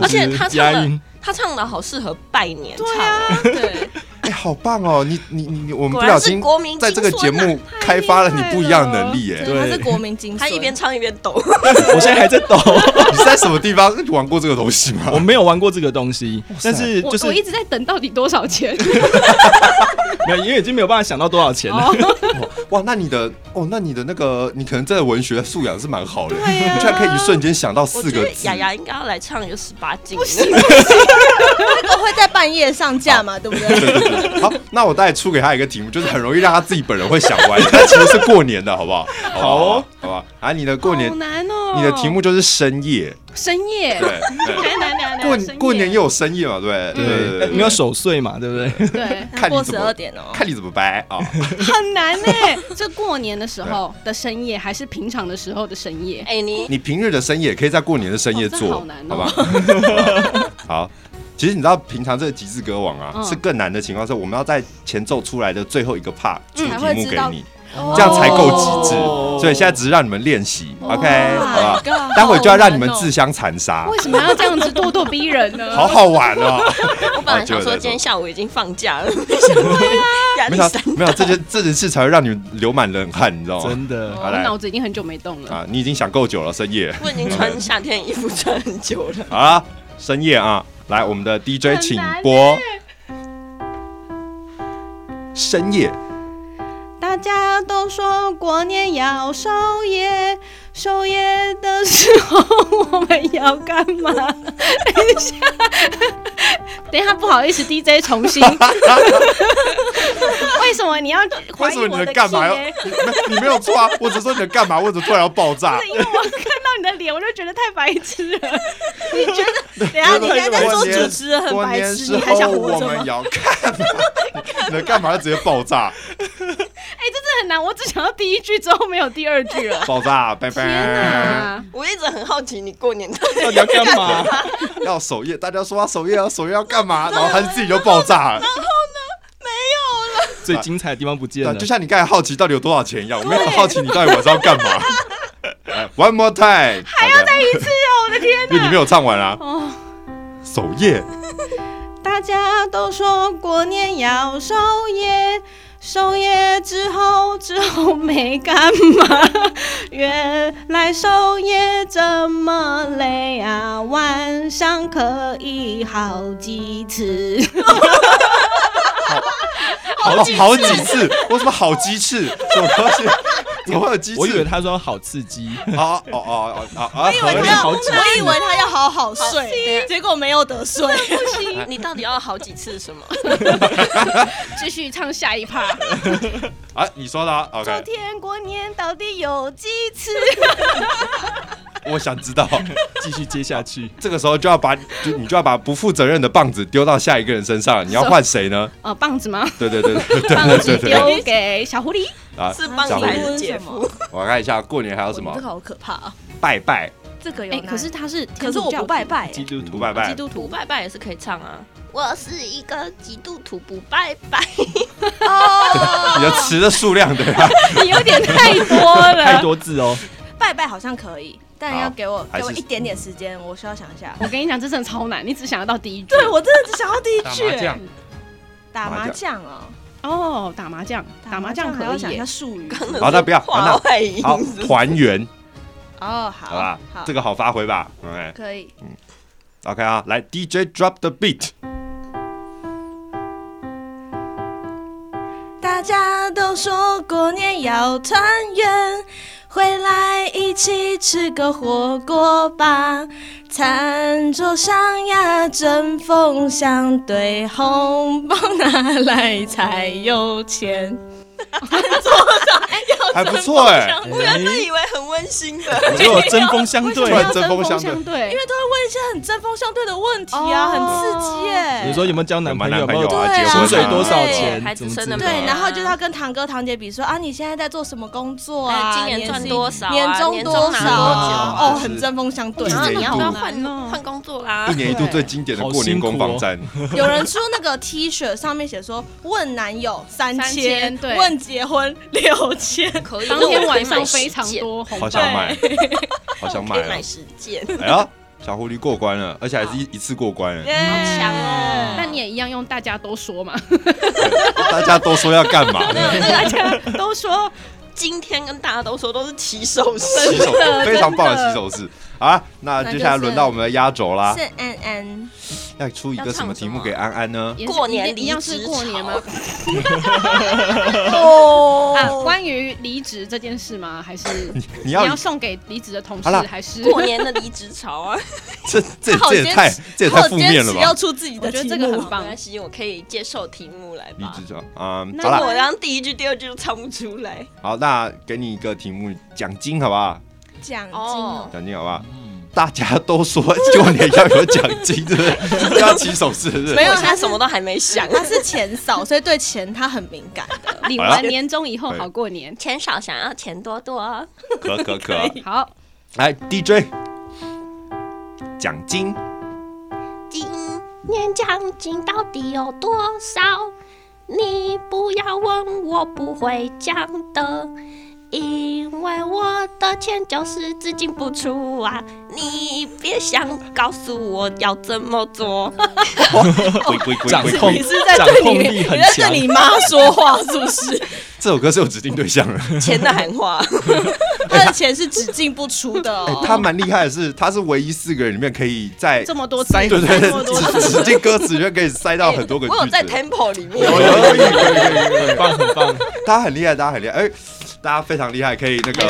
[SPEAKER 6] 而且他
[SPEAKER 5] 就是
[SPEAKER 6] 唱
[SPEAKER 5] 押
[SPEAKER 6] 的
[SPEAKER 5] 韵，
[SPEAKER 6] 他唱的好适合拜年唱
[SPEAKER 2] 对
[SPEAKER 6] 哦，
[SPEAKER 2] 啊，
[SPEAKER 4] 对，
[SPEAKER 1] 哎、好棒哦！你你你你，我们
[SPEAKER 6] 果
[SPEAKER 1] 不
[SPEAKER 6] 然
[SPEAKER 1] 小
[SPEAKER 6] 是
[SPEAKER 1] 心
[SPEAKER 6] 国民
[SPEAKER 1] 在这个
[SPEAKER 6] 精
[SPEAKER 1] 节
[SPEAKER 6] 神啊
[SPEAKER 1] 目开发了你不一样的能力哎、
[SPEAKER 4] 对，他是国民精
[SPEAKER 6] 他一边唱一边抖。
[SPEAKER 5] 我现在还在抖，
[SPEAKER 1] 你是在什么地方玩过这个东西吗？
[SPEAKER 5] 我没有玩过这个东西，但是
[SPEAKER 2] 我
[SPEAKER 5] 就是
[SPEAKER 2] 我一直在等到底多少钱。
[SPEAKER 5] 没有，因为已经没有办法想到多少钱了。
[SPEAKER 2] 哦，
[SPEAKER 1] 哇，那你的哦，那你的那个，你可能真的文学素养是蛮好的，
[SPEAKER 2] 对呀
[SPEAKER 1] 你居然可以一瞬间想到
[SPEAKER 6] 啊我
[SPEAKER 1] 四
[SPEAKER 6] 觉
[SPEAKER 1] 个
[SPEAKER 6] 得
[SPEAKER 1] 字
[SPEAKER 6] 雅。雅应该要来唱一个十八禁的，
[SPEAKER 4] 这个会在半夜上架 嘛，对不
[SPEAKER 1] 对
[SPEAKER 4] 对？
[SPEAKER 1] 对对，好，那我再出给他一个题目，就是很容易让他自己本人会想歪， 但其实是过年的，好不好？好不好
[SPEAKER 5] 哦，
[SPEAKER 1] 好吧。啊，你的过年
[SPEAKER 2] 好，难哦。
[SPEAKER 1] 你的题目就是深夜，
[SPEAKER 2] 深夜，
[SPEAKER 1] 对 对，
[SPEAKER 2] 难难难难。
[SPEAKER 1] 过
[SPEAKER 2] 深夜
[SPEAKER 1] 过年也有深夜嘛，对不对对对
[SPEAKER 5] 对，
[SPEAKER 1] 对
[SPEAKER 5] 你
[SPEAKER 1] 对
[SPEAKER 5] 要，守岁嘛，对不对？
[SPEAKER 2] 对，
[SPEAKER 1] 看你
[SPEAKER 4] 过
[SPEAKER 1] 怎
[SPEAKER 4] 十
[SPEAKER 1] 么
[SPEAKER 4] 二点哦，
[SPEAKER 1] 看你怎么掰啊。
[SPEAKER 2] 很难 哎。这过年的时候的深夜，还是平常的时候的深夜？
[SPEAKER 6] 哎，你
[SPEAKER 1] 你平日的深夜也可以在过年的深夜做，
[SPEAKER 2] 哦这
[SPEAKER 1] 好
[SPEAKER 2] 好
[SPEAKER 1] 吧
[SPEAKER 2] 难？
[SPEAKER 1] 好，其实你知道，平常这个极致歌王啊、
[SPEAKER 2] 嗯
[SPEAKER 1] 是更难的情况是，我们要在前奏出来的最后一个 part
[SPEAKER 2] 嗯
[SPEAKER 1] 出
[SPEAKER 4] 才会
[SPEAKER 1] 题目
[SPEAKER 4] 知
[SPEAKER 1] 给
[SPEAKER 4] 道
[SPEAKER 1] 你，
[SPEAKER 2] 哦
[SPEAKER 1] 这样才够极致。
[SPEAKER 5] 哦
[SPEAKER 1] 所以现在只是让你们练习、o k 好不
[SPEAKER 4] Oh
[SPEAKER 1] 好
[SPEAKER 4] my？god，
[SPEAKER 1] 待会就要让你们
[SPEAKER 4] 好难
[SPEAKER 1] 自
[SPEAKER 4] 哦
[SPEAKER 1] 相残杀，
[SPEAKER 2] 为什么要这样子咄咄逼人呢？
[SPEAKER 1] 好好玩哦！
[SPEAKER 6] 我本来想说今天下午已经放假了，没想到 压
[SPEAKER 1] 没
[SPEAKER 6] 力
[SPEAKER 1] 想
[SPEAKER 6] 山
[SPEAKER 1] 到没有这件这件事才会让你们流满冷汗，你知道吗？
[SPEAKER 5] 真的，
[SPEAKER 1] 好
[SPEAKER 2] 我
[SPEAKER 1] 来
[SPEAKER 2] 脑子已经很久没动了。
[SPEAKER 1] 啊，你已经想够久了，深夜
[SPEAKER 6] 我已经穿夏天衣服穿很久了。
[SPEAKER 1] 好啊，深夜啊，来我们的 DJ 请
[SPEAKER 2] 难
[SPEAKER 1] 播。深夜，
[SPEAKER 2] 大家都说过年要守夜，守夜的时候我们要干嘛？等一下， 等一下，不好意思，DJ 重新。 为什么你要
[SPEAKER 1] 为
[SPEAKER 2] 怀疑
[SPEAKER 1] 什么你
[SPEAKER 2] 我
[SPEAKER 1] 的
[SPEAKER 2] 的
[SPEAKER 1] 干嘛要？
[SPEAKER 2] 气耶
[SPEAKER 1] 你没你没有错啊，我只说你的干嘛，我怎么突然要爆炸
[SPEAKER 2] 不是？因为我看到你的脸，我就觉得太白痴了。
[SPEAKER 4] 等一下你
[SPEAKER 1] 还
[SPEAKER 4] 现在在说主持人很
[SPEAKER 1] 过
[SPEAKER 4] 白
[SPEAKER 1] 年
[SPEAKER 4] 痴，
[SPEAKER 1] 时
[SPEAKER 4] 你还想
[SPEAKER 1] 候
[SPEAKER 4] 活
[SPEAKER 1] 我
[SPEAKER 4] 着
[SPEAKER 1] 们
[SPEAKER 4] 吗？
[SPEAKER 1] 要干嘛？你的干嘛要直接爆炸？
[SPEAKER 2] 哎、这真的很难，我只想到第一句，之后没有第二句了。
[SPEAKER 1] 爆炸，拜
[SPEAKER 2] 天
[SPEAKER 1] 拜！
[SPEAKER 2] 哪！
[SPEAKER 6] 我一直很好奇你过年到
[SPEAKER 5] 到底要干嘛？
[SPEAKER 1] 要守夜，大家说要守夜，要守夜要干嘛？然后他自己就爆炸了。
[SPEAKER 5] 最精彩的地方不见
[SPEAKER 1] 对，
[SPEAKER 5] 了，
[SPEAKER 1] 就像你刚才好奇到底有多少钱一样，我们也很好奇你到底晚上要干嘛。 来，One more time，还要再一次哦，我的天因为你没有唱完啊。
[SPEAKER 2] 哦。
[SPEAKER 1] 守夜，
[SPEAKER 2] 大家都说过年要守夜，守夜之后之后没干嘛， 原来守夜这么累啊，晚上可以好几次。
[SPEAKER 1] 好好几次，我什么好鸡翅？什么东 西？怎么会有鸡翅？
[SPEAKER 5] 我以为他说好刺激，
[SPEAKER 1] 啊哦哦哦啊！我以
[SPEAKER 5] 为
[SPEAKER 4] 他要
[SPEAKER 5] 好几次
[SPEAKER 4] 我以为他要好好睡，结果没有得睡。
[SPEAKER 6] 底，你到底要好几次什么？
[SPEAKER 2] 继续唱下一趴。
[SPEAKER 1] 啊，你说的啊
[SPEAKER 2] 昨
[SPEAKER 1] ，OK，
[SPEAKER 2] 天过年到底有几次？
[SPEAKER 1] 我想知道，
[SPEAKER 5] 继续接下去。
[SPEAKER 1] 这个时候就要把就你就要把不负责任的棒子丢到下一个人身上，你要换谁呢？
[SPEAKER 2] 呃，棒子吗？
[SPEAKER 1] 对对对对对
[SPEAKER 2] 棒
[SPEAKER 1] 对
[SPEAKER 2] 子
[SPEAKER 1] 对对
[SPEAKER 2] 丢给小狐狸。
[SPEAKER 1] 啊！
[SPEAKER 6] 是帮
[SPEAKER 1] 小
[SPEAKER 6] 你
[SPEAKER 1] 狐
[SPEAKER 6] 还
[SPEAKER 1] 狸
[SPEAKER 6] 是姐夫？
[SPEAKER 1] 我看一下过年还有什么
[SPEAKER 4] 这个好可怕啊！
[SPEAKER 1] 拜拜，
[SPEAKER 4] 这个有
[SPEAKER 2] 哎、
[SPEAKER 4] 难，
[SPEAKER 2] 可是他是，
[SPEAKER 4] 可是我不拜，拜欸，
[SPEAKER 5] 基督
[SPEAKER 1] 不
[SPEAKER 5] 徒
[SPEAKER 1] 拜
[SPEAKER 2] 基
[SPEAKER 1] 拜，
[SPEAKER 2] 督徒
[SPEAKER 6] 不拜拜也是可以唱啊。我是一个基督徒，不拜拜。
[SPEAKER 2] 哦
[SPEAKER 1] 你的词的数量对吧？
[SPEAKER 2] 你有点太多
[SPEAKER 5] 太
[SPEAKER 2] 了。
[SPEAKER 5] 多字哦，
[SPEAKER 4] 拜拜好像可以，但
[SPEAKER 1] 好
[SPEAKER 4] 要给我
[SPEAKER 1] 还是
[SPEAKER 4] 给我一点点时间，我需要想一下。
[SPEAKER 2] 我跟你讲，这真的超难，你只想得到第一句。
[SPEAKER 4] 对，我真的只想要第一
[SPEAKER 1] 打
[SPEAKER 4] 句
[SPEAKER 1] 麻将
[SPEAKER 4] 欸，打麻将啊，
[SPEAKER 2] 哦，打麻将，打麻将
[SPEAKER 4] 还
[SPEAKER 2] 可
[SPEAKER 4] 要
[SPEAKER 2] 以
[SPEAKER 4] 想一下
[SPEAKER 2] 耶。
[SPEAKER 4] 术语。
[SPEAKER 1] 好那不要
[SPEAKER 6] 话外音。
[SPEAKER 1] 好，团圆，
[SPEAKER 4] 哦，
[SPEAKER 1] 好吧
[SPEAKER 4] 好，，
[SPEAKER 1] 这个好发挥吧，OK
[SPEAKER 4] 可以。
[SPEAKER 1] OK 啊，来 DJ drop the beat，
[SPEAKER 4] 大大家都说过年要团圆，回来一起吃个火锅吧。餐桌上呀，针锋相对，红包拿来才有钱。
[SPEAKER 1] 还不错哎、
[SPEAKER 6] 我原本以为很温馨的，
[SPEAKER 5] 我就有针锋相
[SPEAKER 2] 为
[SPEAKER 5] 对
[SPEAKER 2] 什。么要
[SPEAKER 1] 突然针锋相对
[SPEAKER 2] 对，
[SPEAKER 4] 因为都会问一些很针锋相对的问题啊，
[SPEAKER 2] 哦
[SPEAKER 4] 很刺激耶。
[SPEAKER 5] 你说有没有交男
[SPEAKER 1] 有没
[SPEAKER 5] 朋
[SPEAKER 1] 有
[SPEAKER 5] 友？
[SPEAKER 1] 男朋友
[SPEAKER 5] 有没有
[SPEAKER 1] 啊？
[SPEAKER 4] 对
[SPEAKER 1] 结
[SPEAKER 4] 啊
[SPEAKER 1] 婚
[SPEAKER 5] 薪
[SPEAKER 1] 啊
[SPEAKER 5] 水多少
[SPEAKER 4] 对
[SPEAKER 5] 钱？
[SPEAKER 6] 孩子
[SPEAKER 5] 怎么
[SPEAKER 6] 生
[SPEAKER 5] 之
[SPEAKER 6] 了
[SPEAKER 5] 类
[SPEAKER 6] 没
[SPEAKER 5] 的
[SPEAKER 6] 有
[SPEAKER 4] 对，然后就
[SPEAKER 6] 啊
[SPEAKER 4] 是要跟堂哥堂姐比说啊，你现在在做什么工作啊？
[SPEAKER 6] 哎今年赚
[SPEAKER 4] 是
[SPEAKER 6] 多少啊？
[SPEAKER 4] 年终
[SPEAKER 6] 年
[SPEAKER 4] 多
[SPEAKER 6] 拿
[SPEAKER 4] 少
[SPEAKER 6] 多
[SPEAKER 4] 啊？
[SPEAKER 6] 久？
[SPEAKER 1] 啊
[SPEAKER 4] 哦，
[SPEAKER 1] 就是
[SPEAKER 4] 很针锋相对。
[SPEAKER 1] 一
[SPEAKER 6] 然后
[SPEAKER 1] 年
[SPEAKER 6] 你要不
[SPEAKER 1] 一
[SPEAKER 6] 要
[SPEAKER 1] 度
[SPEAKER 6] 换换工作啦
[SPEAKER 1] 一？年一度最经典的过年
[SPEAKER 5] 哦
[SPEAKER 1] 攻防战，
[SPEAKER 4] 有人出那个 T 恤，上面写说问男友三
[SPEAKER 2] 三千对
[SPEAKER 4] 问结婚六千，
[SPEAKER 6] 可以，
[SPEAKER 2] 当天晚上非常多红
[SPEAKER 1] 好
[SPEAKER 2] 包，
[SPEAKER 1] 想 买，啊好想
[SPEAKER 6] 那我可以买十件，可以
[SPEAKER 1] 买哦！
[SPEAKER 6] 买十
[SPEAKER 1] 哎
[SPEAKER 6] 件，
[SPEAKER 1] 呀，小狐狸过关了，而且还是一一次过关了。
[SPEAKER 4] 耶
[SPEAKER 6] 强哦！
[SPEAKER 2] 那你也一样用大家都 说嘛，
[SPEAKER 1] 大家都说要干嘛？
[SPEAKER 6] 嗯啊
[SPEAKER 2] 大家都说
[SPEAKER 6] 今天跟大家都说都是起手
[SPEAKER 1] 洗
[SPEAKER 6] 式，
[SPEAKER 1] 手
[SPEAKER 2] 的
[SPEAKER 1] 非常棒的洗手式。好啦，那接下来轮到我们的压轴啦
[SPEAKER 4] 是，嗯安安，
[SPEAKER 1] 要出一个什么题目给安安呢？
[SPEAKER 2] 也是
[SPEAKER 6] 过年
[SPEAKER 2] 一定一样是过年吗
[SPEAKER 6] 离？
[SPEAKER 4] 哦
[SPEAKER 2] 啊，关于离职这件事吗？还是
[SPEAKER 1] 你
[SPEAKER 2] 你
[SPEAKER 1] 要
[SPEAKER 2] 要送给离职的同事
[SPEAKER 1] 好啦，
[SPEAKER 2] 还是
[SPEAKER 6] 过年的离职潮啊！
[SPEAKER 1] 这这
[SPEAKER 4] 好
[SPEAKER 1] 这也
[SPEAKER 4] 坚
[SPEAKER 1] 太这也太负面了
[SPEAKER 4] 好坚持要
[SPEAKER 1] 吧？
[SPEAKER 4] 出自己
[SPEAKER 2] 我
[SPEAKER 4] 的
[SPEAKER 2] 觉
[SPEAKER 4] 题
[SPEAKER 2] 得
[SPEAKER 4] 目，
[SPEAKER 2] 这个很
[SPEAKER 6] 没
[SPEAKER 2] 棒，
[SPEAKER 6] 关系，我可以接受题目来
[SPEAKER 1] 离
[SPEAKER 6] 吧。
[SPEAKER 1] 职者，嗯，
[SPEAKER 2] 啊那
[SPEAKER 1] 好
[SPEAKER 6] 如
[SPEAKER 1] 啦，
[SPEAKER 6] 果我刚第一句、第二句都唱不出来，
[SPEAKER 1] 好，那给你一个题目，奖金好不好？
[SPEAKER 4] 奖金
[SPEAKER 6] 哦
[SPEAKER 4] 哦，
[SPEAKER 1] 奖金好不好？大家都说过年要有奖金，是不是？要起手式，是不是？
[SPEAKER 4] 没有
[SPEAKER 6] 我现
[SPEAKER 4] 他
[SPEAKER 6] 在
[SPEAKER 4] 是
[SPEAKER 6] 什么都还没想。
[SPEAKER 4] 他是钱少，所以对钱他很敏感 的。
[SPEAKER 2] 领
[SPEAKER 1] 好啦
[SPEAKER 2] 完年终以后
[SPEAKER 1] 对
[SPEAKER 2] 好过年？
[SPEAKER 6] 钱少想要钱多多，
[SPEAKER 1] 可可可，啊
[SPEAKER 2] 好，
[SPEAKER 1] 来 DJ，奖金
[SPEAKER 6] 今年奖金到底有多少？你不要问我不会讲的，因为我的钱就是资金不出啊！你别想告诉我要怎么 做，
[SPEAKER 1] 归归归
[SPEAKER 5] 掌
[SPEAKER 1] 归
[SPEAKER 5] 控
[SPEAKER 1] 归，
[SPEAKER 5] 掌控力很
[SPEAKER 4] 你在对
[SPEAKER 5] 强。
[SPEAKER 4] 你妈说话是不是？
[SPEAKER 1] 这首歌是有指定对象的。
[SPEAKER 2] 哦
[SPEAKER 6] 钱的喊话，
[SPEAKER 4] 他的钱是只进不出的
[SPEAKER 1] 哎、
[SPEAKER 4] 哦。
[SPEAKER 1] 他蛮厉害的是，他是唯一四个人里面可以在
[SPEAKER 2] 这么多次
[SPEAKER 1] 塞对对
[SPEAKER 2] 这么多
[SPEAKER 1] 对，指指定歌词里面可以塞到很多个句子。
[SPEAKER 6] 我有在 Temple 里面
[SPEAKER 1] 有。有有有有有有有
[SPEAKER 5] 很棒很棒，
[SPEAKER 1] 大家很厉害，大家很厉害，哎、大家非常厉害，可以那个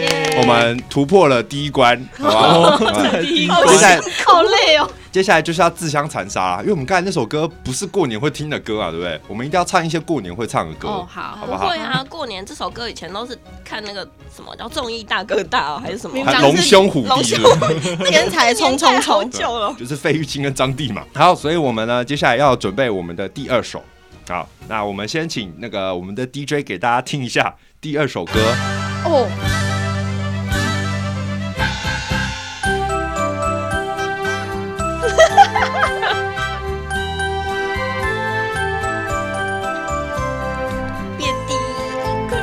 [SPEAKER 2] 耶
[SPEAKER 1] 我们突破了第一 关，好不好？好吧接下来
[SPEAKER 4] 好累哦，
[SPEAKER 1] 接下来就是要自相残杀啦，因为我们刚才那首歌不是过年会听的歌啊，对不对？我们一定要唱一些过年会唱的歌，
[SPEAKER 2] 哦，
[SPEAKER 1] 好
[SPEAKER 2] 好，
[SPEAKER 1] 不
[SPEAKER 6] 不
[SPEAKER 1] 好
[SPEAKER 6] 会？啊，过年这首歌以前都是看那个什么叫综艺大哥大、哦、还是什么
[SPEAKER 2] 明，白
[SPEAKER 1] 还龙兄虎弟是不是
[SPEAKER 4] 天才冲冲
[SPEAKER 6] 好
[SPEAKER 4] 冲！
[SPEAKER 6] 久了。
[SPEAKER 1] 就是费玉清跟张帝嘛。好，所以我们呢，接下来要准备我们的第二首。好，那我们先请那个我们的 DJ 给大家听一下第二首歌。
[SPEAKER 2] 哦，
[SPEAKER 6] 别第一个，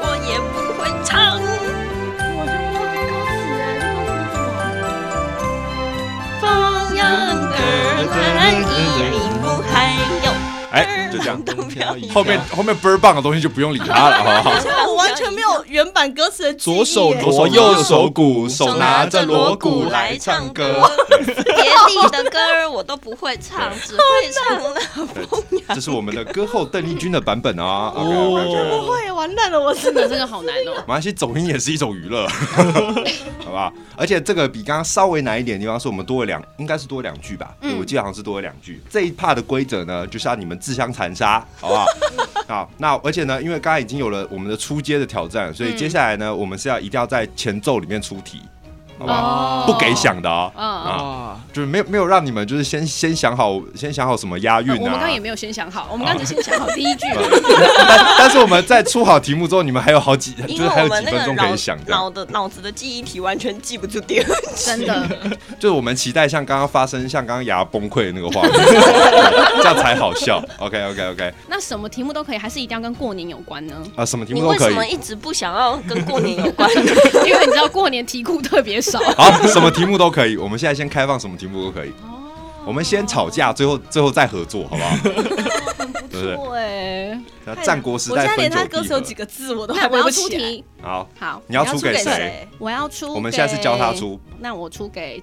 [SPEAKER 6] 我也不会唱。放羊儿男一名不还有，
[SPEAKER 1] 哎，就这样。
[SPEAKER 6] 东飘逸。
[SPEAKER 1] 后面后面倍儿棒的东西就不用理它了，好不好？
[SPEAKER 4] 我完全没有原版歌词的记忆耶
[SPEAKER 5] 左手锣
[SPEAKER 1] 左右手鼓，手拿着锣鼓
[SPEAKER 6] 鼓
[SPEAKER 1] 来唱 歌。。
[SPEAKER 6] 别地的歌儿我都不会唱，只会唱了。
[SPEAKER 1] 这是我们的歌后邓丽君的版本啊。
[SPEAKER 5] 哦
[SPEAKER 1] OK，OK，OK
[SPEAKER 4] 不会完蛋了，我
[SPEAKER 2] 真
[SPEAKER 4] 真
[SPEAKER 2] 的
[SPEAKER 4] 的
[SPEAKER 2] 这个好难哦。
[SPEAKER 1] 马来西亚走音也是一种娱乐，好不好？而且这个比刚刚稍微难一点的地方是我们多了两，应该是多了两句吧？对我记得好像是多了两句。这一 part 的规则呢，就是要你们自相残杀，好不好？好，那而且呢，因为刚刚已经有了我们的出街的挑战，所以接下来呢，我们是要一定要在前奏里面出题，好不好？
[SPEAKER 2] 哦
[SPEAKER 1] 不给想的哦，
[SPEAKER 2] 嗯，
[SPEAKER 5] 啊！
[SPEAKER 1] 就是没有没有让你们就是先先想好先想好什么押韵
[SPEAKER 2] 呃我
[SPEAKER 1] 啊。哦
[SPEAKER 2] 们刚刚也没有先想好，我们刚刚只先想好第一句，
[SPEAKER 1] 但 但是我们在出好题目之后，你们还有好几，就
[SPEAKER 6] 因
[SPEAKER 1] 是
[SPEAKER 6] 为
[SPEAKER 1] 还有
[SPEAKER 6] 我
[SPEAKER 1] 几
[SPEAKER 6] 们那
[SPEAKER 1] 分
[SPEAKER 6] 个
[SPEAKER 1] 钟可以
[SPEAKER 6] 脑
[SPEAKER 1] 想的。
[SPEAKER 6] 脑的脑子的记忆体完全记不住 第二句。
[SPEAKER 2] 真的，
[SPEAKER 1] 就是我们期待像刚刚发生，像刚刚牙崩溃的那个画面，这样才好笑。OK OK OK，
[SPEAKER 2] 那什么题目都可以，还是一定要跟过年有关呢？
[SPEAKER 1] 啊，什么题
[SPEAKER 6] 你
[SPEAKER 1] 目都
[SPEAKER 6] 为
[SPEAKER 1] 可
[SPEAKER 6] 什
[SPEAKER 1] 以
[SPEAKER 6] 么。一直不想要跟过年有关？
[SPEAKER 2] 因为你知道过年题库特别少，
[SPEAKER 1] 好，什么题目都可以。我们现在先开放什么题目都可以。我们先吵架，最后最后再合作，好不好？对 不对？
[SPEAKER 2] 对，
[SPEAKER 1] 那战国时
[SPEAKER 4] 我现
[SPEAKER 1] 代
[SPEAKER 4] 在
[SPEAKER 1] 分
[SPEAKER 4] 连他
[SPEAKER 1] 久
[SPEAKER 4] 歌
[SPEAKER 1] 必
[SPEAKER 4] 词有
[SPEAKER 1] 合。
[SPEAKER 4] 几个字我都还
[SPEAKER 2] 那我
[SPEAKER 4] 背
[SPEAKER 2] 要
[SPEAKER 4] 不
[SPEAKER 2] 出
[SPEAKER 4] 起来。
[SPEAKER 2] 题，
[SPEAKER 1] 好，
[SPEAKER 2] 好，
[SPEAKER 1] 你要出给
[SPEAKER 4] 给
[SPEAKER 1] 谁？
[SPEAKER 4] 谁？
[SPEAKER 2] 我要出，
[SPEAKER 1] 我们现在是教他，出。
[SPEAKER 2] 那我出给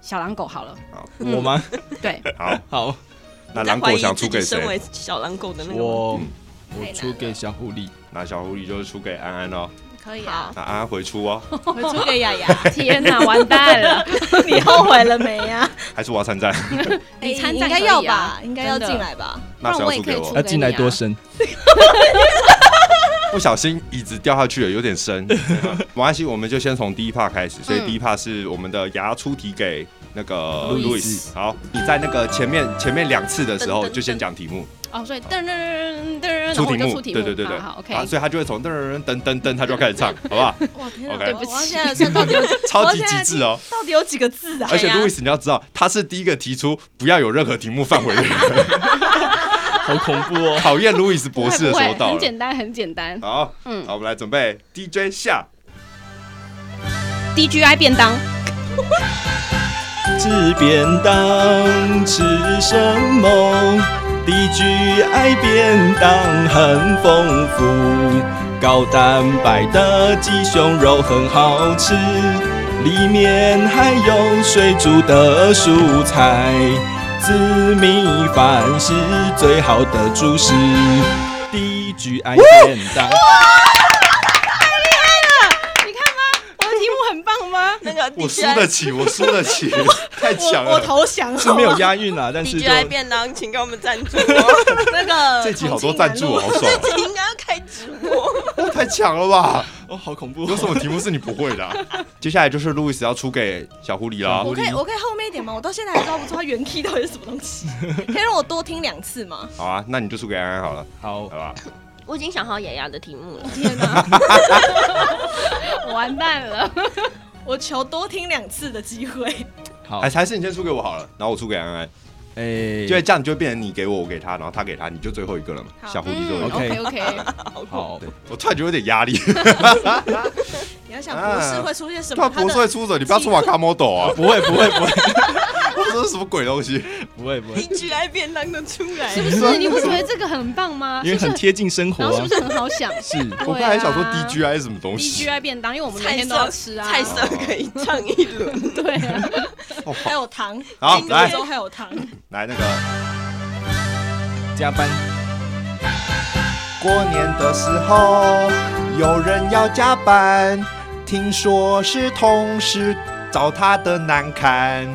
[SPEAKER 2] 小狼狗好了，
[SPEAKER 5] 我吗？
[SPEAKER 2] 对，
[SPEAKER 1] 好，
[SPEAKER 5] 好，
[SPEAKER 1] 那狼狗想出给
[SPEAKER 6] 在怀疑自己身
[SPEAKER 1] 谁？
[SPEAKER 6] 为小狼狗的那个，嗯
[SPEAKER 5] 我我出给小狐狸。
[SPEAKER 1] 那小狐狸就是出给安安哦，
[SPEAKER 4] 可以啊，
[SPEAKER 1] 那安安回出 哦，
[SPEAKER 4] 回出给雅雅。
[SPEAKER 2] 天哪，完蛋了！
[SPEAKER 4] 你后悔了没呀？
[SPEAKER 1] 还是我要参战？
[SPEAKER 2] 你参
[SPEAKER 4] 应
[SPEAKER 2] 战
[SPEAKER 4] 该
[SPEAKER 2] 可以
[SPEAKER 4] 要
[SPEAKER 2] 啊
[SPEAKER 4] 吧，应该要
[SPEAKER 2] 真的
[SPEAKER 4] 进来吧。
[SPEAKER 1] 那谁要
[SPEAKER 2] 那我也
[SPEAKER 1] 出
[SPEAKER 2] 可以
[SPEAKER 1] 给我
[SPEAKER 2] 出？
[SPEAKER 5] 要啊进来多深？
[SPEAKER 1] 不小心椅子掉下去了，有点 深。对啊没关系，我们就先从第一 part 开始。所以
[SPEAKER 2] 嗯
[SPEAKER 1] 第一 part 是我们的牙出题给那个
[SPEAKER 5] 路易
[SPEAKER 1] 路易斯。
[SPEAKER 5] 斯
[SPEAKER 1] 好，你在那个前面前面两次的时候
[SPEAKER 4] 噔噔噔
[SPEAKER 1] 就先讲题目，
[SPEAKER 2] 哦，所以噔噔噔噔噔，然
[SPEAKER 1] 出题
[SPEAKER 2] 后我就
[SPEAKER 1] 目，
[SPEAKER 2] 出题
[SPEAKER 1] 对
[SPEAKER 2] 目，
[SPEAKER 1] 对对对。
[SPEAKER 2] 好好
[SPEAKER 1] 啊
[SPEAKER 2] ，OK。
[SPEAKER 1] 所以他就会从噔噔噔噔噔，他就要开始唱，好不 好？
[SPEAKER 4] 哇天
[SPEAKER 1] OK
[SPEAKER 4] 对
[SPEAKER 2] 对不
[SPEAKER 4] 不
[SPEAKER 2] 起
[SPEAKER 4] 起，现在算到底有
[SPEAKER 1] 超级极致哦！
[SPEAKER 4] 到底有几个字啊？
[SPEAKER 1] 而且
[SPEAKER 2] 对啊
[SPEAKER 1] 路易斯，你要知道，他是第一个提出不要有任何题目范 围的人，
[SPEAKER 5] 好
[SPEAKER 6] 啊
[SPEAKER 5] 恐怖哦！
[SPEAKER 1] 考验路易斯博士的
[SPEAKER 2] 不
[SPEAKER 1] 时
[SPEAKER 2] 会
[SPEAKER 1] 候
[SPEAKER 2] 不会
[SPEAKER 1] 到
[SPEAKER 2] 很
[SPEAKER 1] 了。
[SPEAKER 2] 简单，很简单。
[SPEAKER 1] 好，
[SPEAKER 2] 嗯
[SPEAKER 1] 好，我们来准备 DJ 下，
[SPEAKER 2] ，DGI 便当，
[SPEAKER 5] 吃便当吃什么？DGI 便当很丰富，高蛋白的鸡胸肉很好吃，里面还有水煮的蔬菜，紫米饭是最好的主食。DGI 便当，
[SPEAKER 2] 你看吗？我的题目很棒吗？
[SPEAKER 4] 那个
[SPEAKER 1] 我输
[SPEAKER 4] DJI
[SPEAKER 1] 得起，我输得起，太强
[SPEAKER 4] 我
[SPEAKER 1] 了
[SPEAKER 4] 我。投降了。
[SPEAKER 5] 是没有押韵啦，但是就
[SPEAKER 7] DJI 便当，请给我们赞助哦。
[SPEAKER 4] 那个
[SPEAKER 1] 这集好多赞助，啊好 爽
[SPEAKER 7] 这应该要开直 播，
[SPEAKER 1] 哦，太强了吧！
[SPEAKER 5] 哦，好恐怖、
[SPEAKER 1] 有什么题目是你不会的啊、接下来就是路易斯要出给小狐狸啦
[SPEAKER 5] 小
[SPEAKER 4] 我
[SPEAKER 5] 狐狸。
[SPEAKER 4] 可以我可以后面一点吗？我到现在还搞不出它原 key 到底是什么 东西，可以让我多听两次吗？
[SPEAKER 1] 好啊，那你就出给安安好了，
[SPEAKER 5] 好
[SPEAKER 1] 好，吧？
[SPEAKER 7] 我已经想好雅雅的题目 了。
[SPEAKER 2] 天哪，完蛋了！
[SPEAKER 4] 我求多听两次的机 会。
[SPEAKER 5] 好
[SPEAKER 1] 还，还是你先出给我好了，然后我出给安安，
[SPEAKER 5] 哎
[SPEAKER 1] 因为这样就会变成你给我，我给他，然后他给他，你就最后一个了嘛。
[SPEAKER 4] 好
[SPEAKER 1] 小狐狸最后一
[SPEAKER 2] 嗯
[SPEAKER 1] 个，
[SPEAKER 2] ，OK OK，
[SPEAKER 5] 好，
[SPEAKER 1] 我突然觉得有点压力。
[SPEAKER 4] 你要想博士会出现什么？
[SPEAKER 1] 啊他
[SPEAKER 4] 他
[SPEAKER 1] 博士会
[SPEAKER 4] 的
[SPEAKER 1] 出手，你不要出瓦卡莫斗啊！
[SPEAKER 5] 哦不会不会不会
[SPEAKER 1] 我说是什么鬼东西？
[SPEAKER 5] 不会不会，
[SPEAKER 7] DJI 便当都出来
[SPEAKER 2] 是不是？你不觉得这个很棒吗？
[SPEAKER 5] 因为
[SPEAKER 2] 是
[SPEAKER 5] 很
[SPEAKER 2] 不是
[SPEAKER 5] 贴近生活
[SPEAKER 2] 然后是
[SPEAKER 5] 啊
[SPEAKER 2] 不。是很好想？
[SPEAKER 5] 是，
[SPEAKER 1] 我
[SPEAKER 2] 对
[SPEAKER 1] 刚才想说
[SPEAKER 2] 啊
[SPEAKER 1] DGI 是什么东西，
[SPEAKER 2] DGI 便当，因为我们每
[SPEAKER 7] 菜
[SPEAKER 2] 天都要
[SPEAKER 7] 色
[SPEAKER 2] 吃啊。
[SPEAKER 7] 菜色可以唱一轮，
[SPEAKER 2] 对啊，
[SPEAKER 4] 还有糖，
[SPEAKER 1] 哦好
[SPEAKER 4] 今
[SPEAKER 1] 来
[SPEAKER 4] 天中还有 糖，
[SPEAKER 1] 来那个
[SPEAKER 5] 加班
[SPEAKER 1] 过年的时候有人要加班，听说是同事找他的难堪，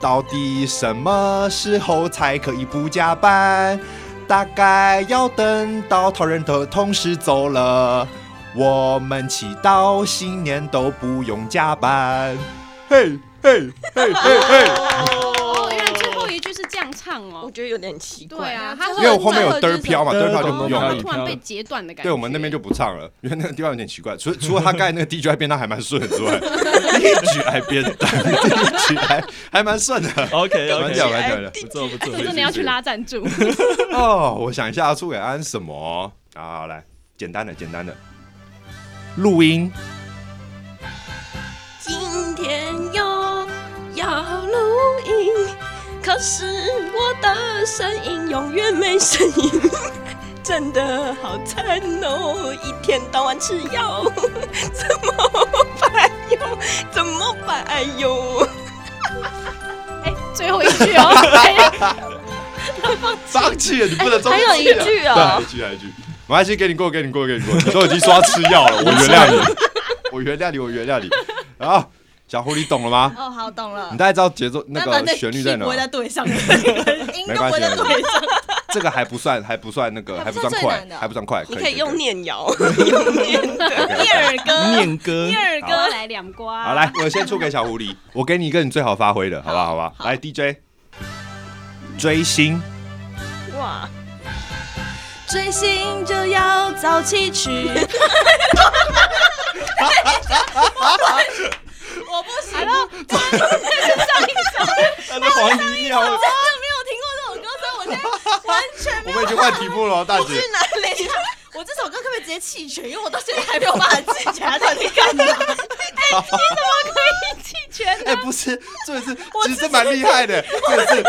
[SPEAKER 1] 到底什么时候才可以不加班？大概要等到讨人的同事走了，我们祈祷新年都不用加班。嘿嘿嘿嘿嘿。
[SPEAKER 2] 哦，原来最后一句是这样唱
[SPEAKER 7] 我
[SPEAKER 2] 哦。
[SPEAKER 7] 觉得有点奇
[SPEAKER 2] 对
[SPEAKER 7] 怪。
[SPEAKER 2] 啊，他
[SPEAKER 1] 因为我后面有嘚儿飘嘛，
[SPEAKER 5] 最
[SPEAKER 1] 嘚
[SPEAKER 5] 后
[SPEAKER 1] 儿飘
[SPEAKER 5] 最
[SPEAKER 1] 就
[SPEAKER 5] 后
[SPEAKER 1] 不
[SPEAKER 5] 最
[SPEAKER 1] 用
[SPEAKER 5] 后
[SPEAKER 2] 然
[SPEAKER 1] 了
[SPEAKER 5] 有
[SPEAKER 2] 后
[SPEAKER 5] 一。
[SPEAKER 2] 突然被截断的感觉。
[SPEAKER 1] 对我们那边就不唱了，因为那个地方有点奇怪。除除了 他刚才那个 D J 便当还蛮顺的之外，D J 还便当，D J 还还蛮顺的，
[SPEAKER 5] ，OK
[SPEAKER 1] 蛮屌
[SPEAKER 5] OK，
[SPEAKER 1] 蛮屌的。
[SPEAKER 5] 不错哎不错
[SPEAKER 2] 我，真的要去拉赞助。
[SPEAKER 1] 哦，我想一下，出给安什么？啊，来，简单的，简单的，录音。
[SPEAKER 7] 今天又要录音，可是我的声音永远没声音，真的好惨哦！一天到晚吃药，怎么办哟？怎么办哟？
[SPEAKER 2] 哎， 最后一句哦。
[SPEAKER 1] 放弃了，你不能中
[SPEAKER 7] 还
[SPEAKER 1] 间
[SPEAKER 7] 有
[SPEAKER 1] 放弃
[SPEAKER 7] 一句哦
[SPEAKER 1] 了。对，还有一，句，
[SPEAKER 2] 啊
[SPEAKER 1] 还有一句，没关系，给你过，给你过，给你过。你都已经说要吃药了，我原谅你，我原谅你，我原谅你。然后小狐狸懂了吗？
[SPEAKER 4] 哦，好，懂了
[SPEAKER 1] 你。大概知道节奏那
[SPEAKER 4] 但凡
[SPEAKER 1] 个旋律在哪
[SPEAKER 4] 不？会在 对上， 音都不会在对上。
[SPEAKER 1] 这个还不算，还不算那个，还
[SPEAKER 4] 还
[SPEAKER 1] 不
[SPEAKER 4] 不
[SPEAKER 1] 算
[SPEAKER 4] 算最
[SPEAKER 1] 快
[SPEAKER 4] 难的，哦
[SPEAKER 1] 还不算快。
[SPEAKER 7] 你可以用。念谣，
[SPEAKER 4] 念儿歌，
[SPEAKER 5] 念歌
[SPEAKER 4] 念儿
[SPEAKER 2] 哥
[SPEAKER 4] 歌，
[SPEAKER 2] 来两瓜。
[SPEAKER 1] 好，来，我先出给小狐 狸，我给你一个你最好发挥的，好不好？好吧，来 DJ，追星，
[SPEAKER 7] 哇！
[SPEAKER 4] 追星就要早起 去。我不行了，
[SPEAKER 5] 他的黄鹂
[SPEAKER 4] 我
[SPEAKER 5] 鸟
[SPEAKER 4] 真，的没有听过这首歌，所以我现在完全
[SPEAKER 1] 我
[SPEAKER 4] 没有
[SPEAKER 1] 们已经换题目了哦，大姐。
[SPEAKER 4] 去哪里。我这首歌可不可以直接弃权？因为我到现在还没有办法记起来到底干嘛。
[SPEAKER 1] 哎，不是，这是其实这蛮厉害的，这个是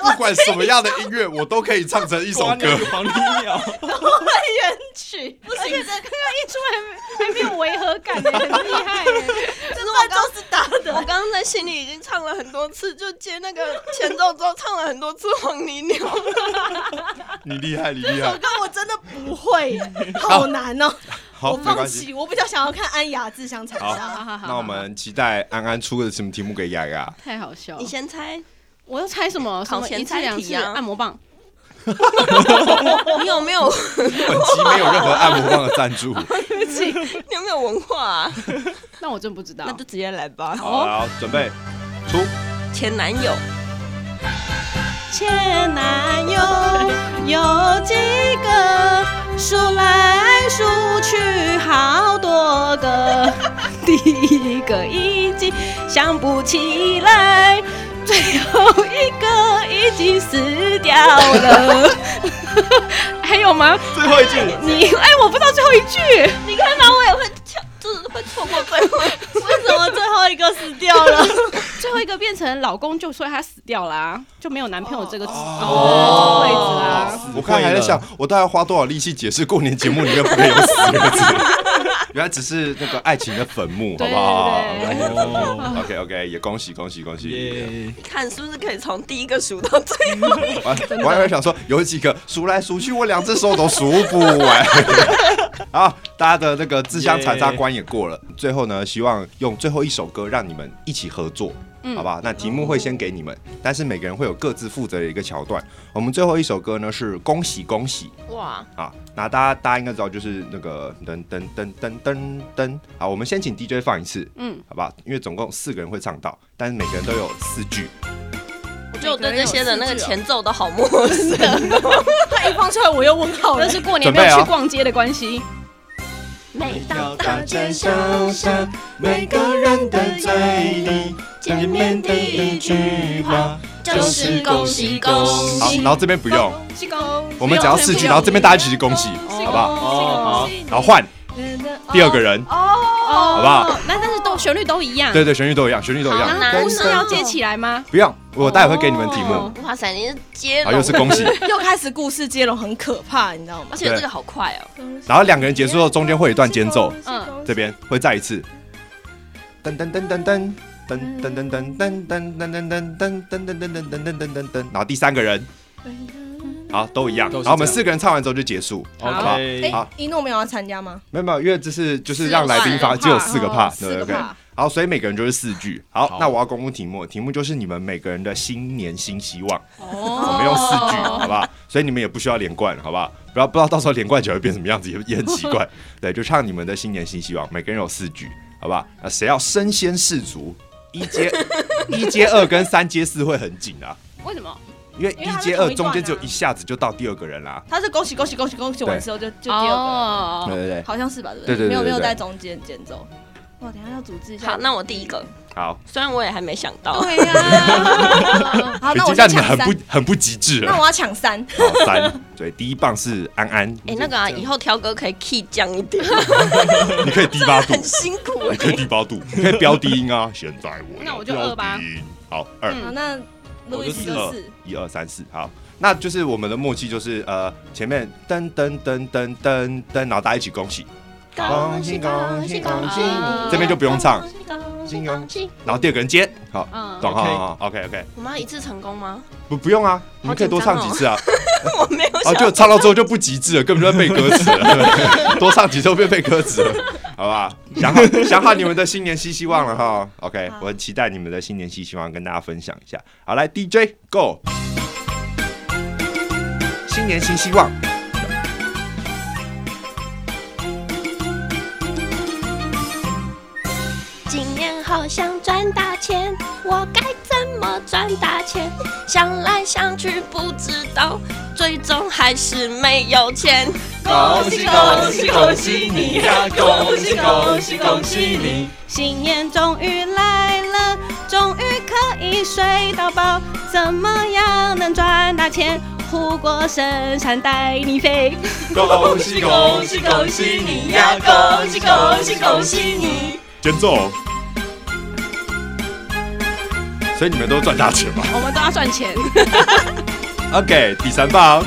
[SPEAKER 1] 不管什么样的音乐，我都可以唱成一首
[SPEAKER 5] 瓜
[SPEAKER 1] 歌
[SPEAKER 5] 鸟。与黄鹂鸟，
[SPEAKER 4] 原曲不行，这
[SPEAKER 7] 欸
[SPEAKER 2] 刚刚一出来还没有违和感呢，很厉害耶。
[SPEAKER 4] 这伴奏是打的，
[SPEAKER 7] 刚刚在心里已经唱了很多次，就接那个前奏之后唱了很多次《黄鹂鸟》，
[SPEAKER 1] 你厉害，你厉害，
[SPEAKER 4] 但我真的不会 耶，好难哦！
[SPEAKER 1] 好，
[SPEAKER 4] 我
[SPEAKER 1] 没
[SPEAKER 4] 放
[SPEAKER 1] 关系。
[SPEAKER 4] 弃，我比较想要看安雅自相残
[SPEAKER 1] 好
[SPEAKER 4] 杀。
[SPEAKER 2] 好好
[SPEAKER 1] 那我们期待安安出个什么题目给雅雅。
[SPEAKER 2] 太好笑了
[SPEAKER 7] 你。先猜，
[SPEAKER 2] 我要猜什么？什
[SPEAKER 7] 考
[SPEAKER 2] 么
[SPEAKER 7] 前
[SPEAKER 2] 一次
[SPEAKER 7] 猜
[SPEAKER 2] 两
[SPEAKER 7] 题
[SPEAKER 2] 次
[SPEAKER 7] 啊
[SPEAKER 2] 按摩棒？
[SPEAKER 7] 你有没有
[SPEAKER 1] 本期没有任何按摩棒的赞助。
[SPEAKER 7] 你有没有文化啊？
[SPEAKER 2] 那我真不知道
[SPEAKER 7] 那。就直接来吧，
[SPEAKER 1] 好，啊好，准备出。
[SPEAKER 7] 前男友。
[SPEAKER 2] 前男友有几个？数来数去好多个， 第一个已经想不起来，最后一个已经死掉了。还有吗？
[SPEAKER 1] 最后一句，
[SPEAKER 2] 你哎，我不知道最后一句。
[SPEAKER 7] 你看吧，我也会跳，就是会错过最后。
[SPEAKER 4] 为什么最后一个死掉了？
[SPEAKER 2] 最后一个变成老公就说他死掉啦、就没有男朋友这个
[SPEAKER 1] 哦
[SPEAKER 2] 位置啦。
[SPEAKER 1] 我刚才还在想，我到底要花多少力气解释过年节目里面不会有死个 字？原来只是那个爱情的坟墓，好不好
[SPEAKER 2] 对
[SPEAKER 5] 哦，
[SPEAKER 1] ？OK OK，也恭喜恭喜恭喜！
[SPEAKER 5] 耶！
[SPEAKER 7] 你看是不是可以从第一个数到最后？
[SPEAKER 1] 我我还以为想说有几个数来数去，我两只手都数不完。 好，大家的那个自相残杀关也过了。最后呢，希望用最后一首歌让你们一起合作，好吧？那题目会先给你们，但是每个人会有各自负责的一个桥段。我们最后一首歌呢是《恭喜恭喜
[SPEAKER 7] 哇，》
[SPEAKER 1] 啊，那大家大家应该知道就是那个噔噔噔噔噔噔。好，我们先请 DJ 放一次，
[SPEAKER 2] 嗯，
[SPEAKER 1] 好吧？因为总共四个人会唱到，但是每个人都有四句。
[SPEAKER 7] 我觉得我对这些的那个前奏都好陌生。
[SPEAKER 4] 他一放出来，我又问号了
[SPEAKER 2] 那。是过年没有去逛街的关系。
[SPEAKER 6] 每
[SPEAKER 5] 条
[SPEAKER 6] 到
[SPEAKER 5] 大
[SPEAKER 6] 大
[SPEAKER 5] 街
[SPEAKER 6] 街
[SPEAKER 5] 小
[SPEAKER 6] 小
[SPEAKER 5] 巷
[SPEAKER 6] 巷，
[SPEAKER 5] 每个人的嘴里见
[SPEAKER 6] 见
[SPEAKER 5] 面
[SPEAKER 6] 面
[SPEAKER 5] 第
[SPEAKER 6] 第
[SPEAKER 5] 一
[SPEAKER 6] 一
[SPEAKER 5] 句
[SPEAKER 6] 句
[SPEAKER 5] 话
[SPEAKER 6] 话
[SPEAKER 5] 就是恭喜恭
[SPEAKER 1] 好
[SPEAKER 5] 喜。，
[SPEAKER 1] 然后这边不用，
[SPEAKER 2] 济公，
[SPEAKER 1] 我们只要四句，然后这边大家一起去恭喜，好不好？
[SPEAKER 5] 哦，
[SPEAKER 1] 然后换第二个人，
[SPEAKER 2] 好
[SPEAKER 1] 不好？
[SPEAKER 2] 啊那但是都旋律都一样。
[SPEAKER 1] 对对，旋律都一样，旋律都一样
[SPEAKER 7] 好。
[SPEAKER 2] 然后故事
[SPEAKER 1] 噔噔
[SPEAKER 2] 要接起来吗？
[SPEAKER 1] 不用，我待会会给你们题目
[SPEAKER 2] 哦。
[SPEAKER 7] 哇塞，你是接
[SPEAKER 1] 啊好，又
[SPEAKER 7] 龙，
[SPEAKER 1] 是恭喜。
[SPEAKER 4] 又开始故事接龙，很可怕，你知道吗
[SPEAKER 7] 而？且这个好快哦。
[SPEAKER 1] 然后两个人结束后，中间会有一段间奏，
[SPEAKER 2] 嗯，
[SPEAKER 1] 这边会再一次。噔噔噔噔噔噔噔噔噔噔噔噔噔噔噔噔噔噔噔噔噔噔噔，然后第三个人，好，嗯都一样。然后我们四个人唱完之后就结束，好不好？
[SPEAKER 5] OK，
[SPEAKER 1] 好
[SPEAKER 4] 哎，一诺没有要参加吗？
[SPEAKER 1] 没有没有，因为这是就是让来宾发，只有四个 part，
[SPEAKER 4] 嗯四
[SPEAKER 1] 对
[SPEAKER 4] 个
[SPEAKER 1] 不对？
[SPEAKER 4] 怕。
[SPEAKER 1] 好，所以每个人就是四句。好，
[SPEAKER 5] 好
[SPEAKER 1] 那我要公布题目，题目就是你们每个人的新年新希望，
[SPEAKER 2] 哦
[SPEAKER 1] 我们用四句，好不好？所以你们也不需要连贯，好不好？不要不知道到时候连贯起来会变什么样子，也也很奇 怪。对，就唱你们的新年新希望，每个人有四句，好不好？那谁要身先士卒？一接 一接二跟三接四会很紧啊，
[SPEAKER 2] 为什么？
[SPEAKER 1] 因为
[SPEAKER 4] 因为它
[SPEAKER 1] 一
[SPEAKER 4] 是
[SPEAKER 1] 接二
[SPEAKER 4] 同一段
[SPEAKER 1] 中间只有
[SPEAKER 4] 啊
[SPEAKER 1] 一下子就到第二个人啦。
[SPEAKER 4] 他是恭喜恭喜恭喜恭喜完
[SPEAKER 1] 对
[SPEAKER 4] 之后就就第二
[SPEAKER 2] 哦
[SPEAKER 1] 对，对对
[SPEAKER 4] 个，，好像是吧？对不
[SPEAKER 1] 对对对
[SPEAKER 4] 没有
[SPEAKER 1] 对
[SPEAKER 4] 没有
[SPEAKER 1] 对
[SPEAKER 4] 在中间间奏。哇，等一下要组织一
[SPEAKER 7] 好，
[SPEAKER 4] 下。
[SPEAKER 7] 那我第一个，
[SPEAKER 1] 好，
[SPEAKER 7] 虽然我也还没想到，
[SPEAKER 4] 对呀，好，
[SPEAKER 1] 已
[SPEAKER 4] 那我
[SPEAKER 1] 经
[SPEAKER 4] 先
[SPEAKER 1] 让你们
[SPEAKER 4] 抢
[SPEAKER 1] 很
[SPEAKER 4] 三
[SPEAKER 1] 不。嗯很不极致
[SPEAKER 4] 那
[SPEAKER 1] 了。
[SPEAKER 4] 我要抢三，
[SPEAKER 1] 好，三，对，第一棒是安安，
[SPEAKER 7] 哎，那个啊，以后挑歌可以 key 降一 点，
[SPEAKER 1] 你可以低八度
[SPEAKER 7] 很。辛苦
[SPEAKER 1] 你可以第八度，你可以标低音啊。现在我
[SPEAKER 2] 那我
[SPEAKER 1] 要
[SPEAKER 2] 就
[SPEAKER 1] 标
[SPEAKER 2] 二吧
[SPEAKER 1] 低音。好，二
[SPEAKER 2] 嗯
[SPEAKER 4] 好，那
[SPEAKER 5] 我
[SPEAKER 4] 路易
[SPEAKER 5] 就
[SPEAKER 4] 斯
[SPEAKER 5] 四
[SPEAKER 4] 就
[SPEAKER 1] 二
[SPEAKER 4] 四，
[SPEAKER 1] 一二三四，好，那就是我们的默契就是呃，前面噔噔噔噔噔噔，然后大家一起恭喜，
[SPEAKER 6] 恭喜恭喜恭喜
[SPEAKER 2] 啊
[SPEAKER 6] 你！
[SPEAKER 1] 这边就不用唱
[SPEAKER 6] 恭喜恭喜恭喜！
[SPEAKER 1] 然后第二个人接，好，
[SPEAKER 2] 嗯
[SPEAKER 1] 懂哈？OK OK，
[SPEAKER 7] 我们要一次成功吗？
[SPEAKER 1] 不不用啊，你们可以多唱几次啊，
[SPEAKER 7] 我没有
[SPEAKER 1] 啊
[SPEAKER 7] 想
[SPEAKER 1] 就唱到之后就不极致了，根本就在背歌词 了，多唱几次就变背歌词了。好吧，想 好想好你们的新年新希望了哈。OK，我很期待你们的新年新希望跟大家分享一下。好，来 DJ Go，新年新希望。
[SPEAKER 6] 今年好想赚大钱，我该怎么赚大钱？想来想去不知道，
[SPEAKER 7] 最终还是没有钱。
[SPEAKER 5] 恭喜恭喜恭喜你呀！恭喜恭喜恭喜你！
[SPEAKER 2] 新年终于来了，终于可以睡到饱。怎么样能赚大钱？护国神山带你飞。
[SPEAKER 5] 恭喜恭喜恭喜你呀！恭喜恭喜恭喜你！
[SPEAKER 1] 间奏。所以你们都赚大钱嘛
[SPEAKER 2] 我们都要赚钱。
[SPEAKER 1] ？OK，第三棒，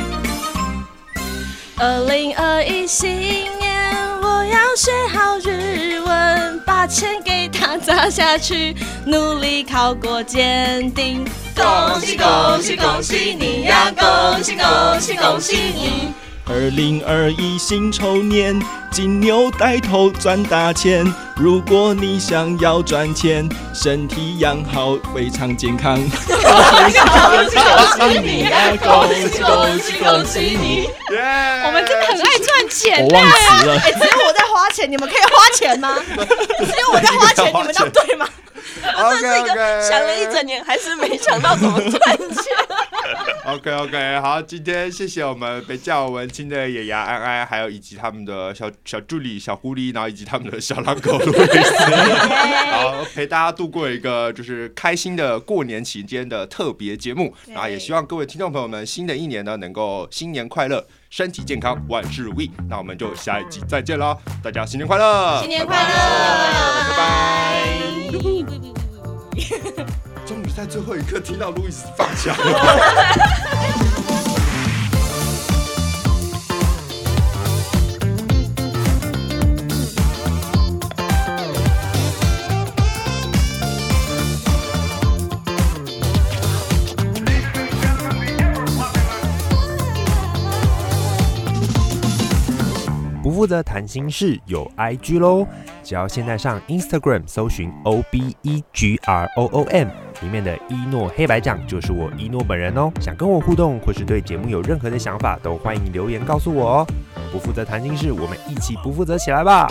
[SPEAKER 4] 二零二一新年，我要学好日文，把钱给他砸下去，努力考过鉴定。恭喜恭喜恭喜你呀！恭喜恭喜恭喜你！
[SPEAKER 5] 二零二一辛丑年，金牛带头赚大钱。如果你想要赚钱，身体养好，非常健康。
[SPEAKER 4] 恭喜恭喜你呀！恭喜恭喜恭喜你！
[SPEAKER 2] 我们真的很爱赚钱
[SPEAKER 5] 我
[SPEAKER 2] 的，
[SPEAKER 5] 忘词了，
[SPEAKER 4] 哎，只有我在花钱，你们可以花钱吗？只有我在花钱，你们都对吗？
[SPEAKER 1] OK
[SPEAKER 7] 这个
[SPEAKER 1] OK，
[SPEAKER 7] 想了一整年，还是没想到怎么赚钱。
[SPEAKER 1] OK OK，好，今天谢谢我们北教文青的野牙安安，还有以及他们的小小助理小狐狸，然后以及他们的小狼狗路易 斯，好陪大家度过一个就是开心的过年期间的特别节目，然后也希望各位听众朋友们新的一年呢能够新年快乐，身体健康，万事如意。那我们就下一集再见喽，大家新年快乐，
[SPEAKER 2] 新年
[SPEAKER 1] 拜
[SPEAKER 2] 快乐
[SPEAKER 1] 拜拜拜。 终于在最后一刻听到路易斯放枪了。
[SPEAKER 8] 不负责谈心事有 IG 喽，只要现在上 Instagram 搜寻 O B E G R O O M 里面的一诺黑白酱就是我一诺本人哦。想跟我互动或是对节目有任何的想法，都欢迎留言告诉我哦。不负责谈心事，我们一起不负责起来吧。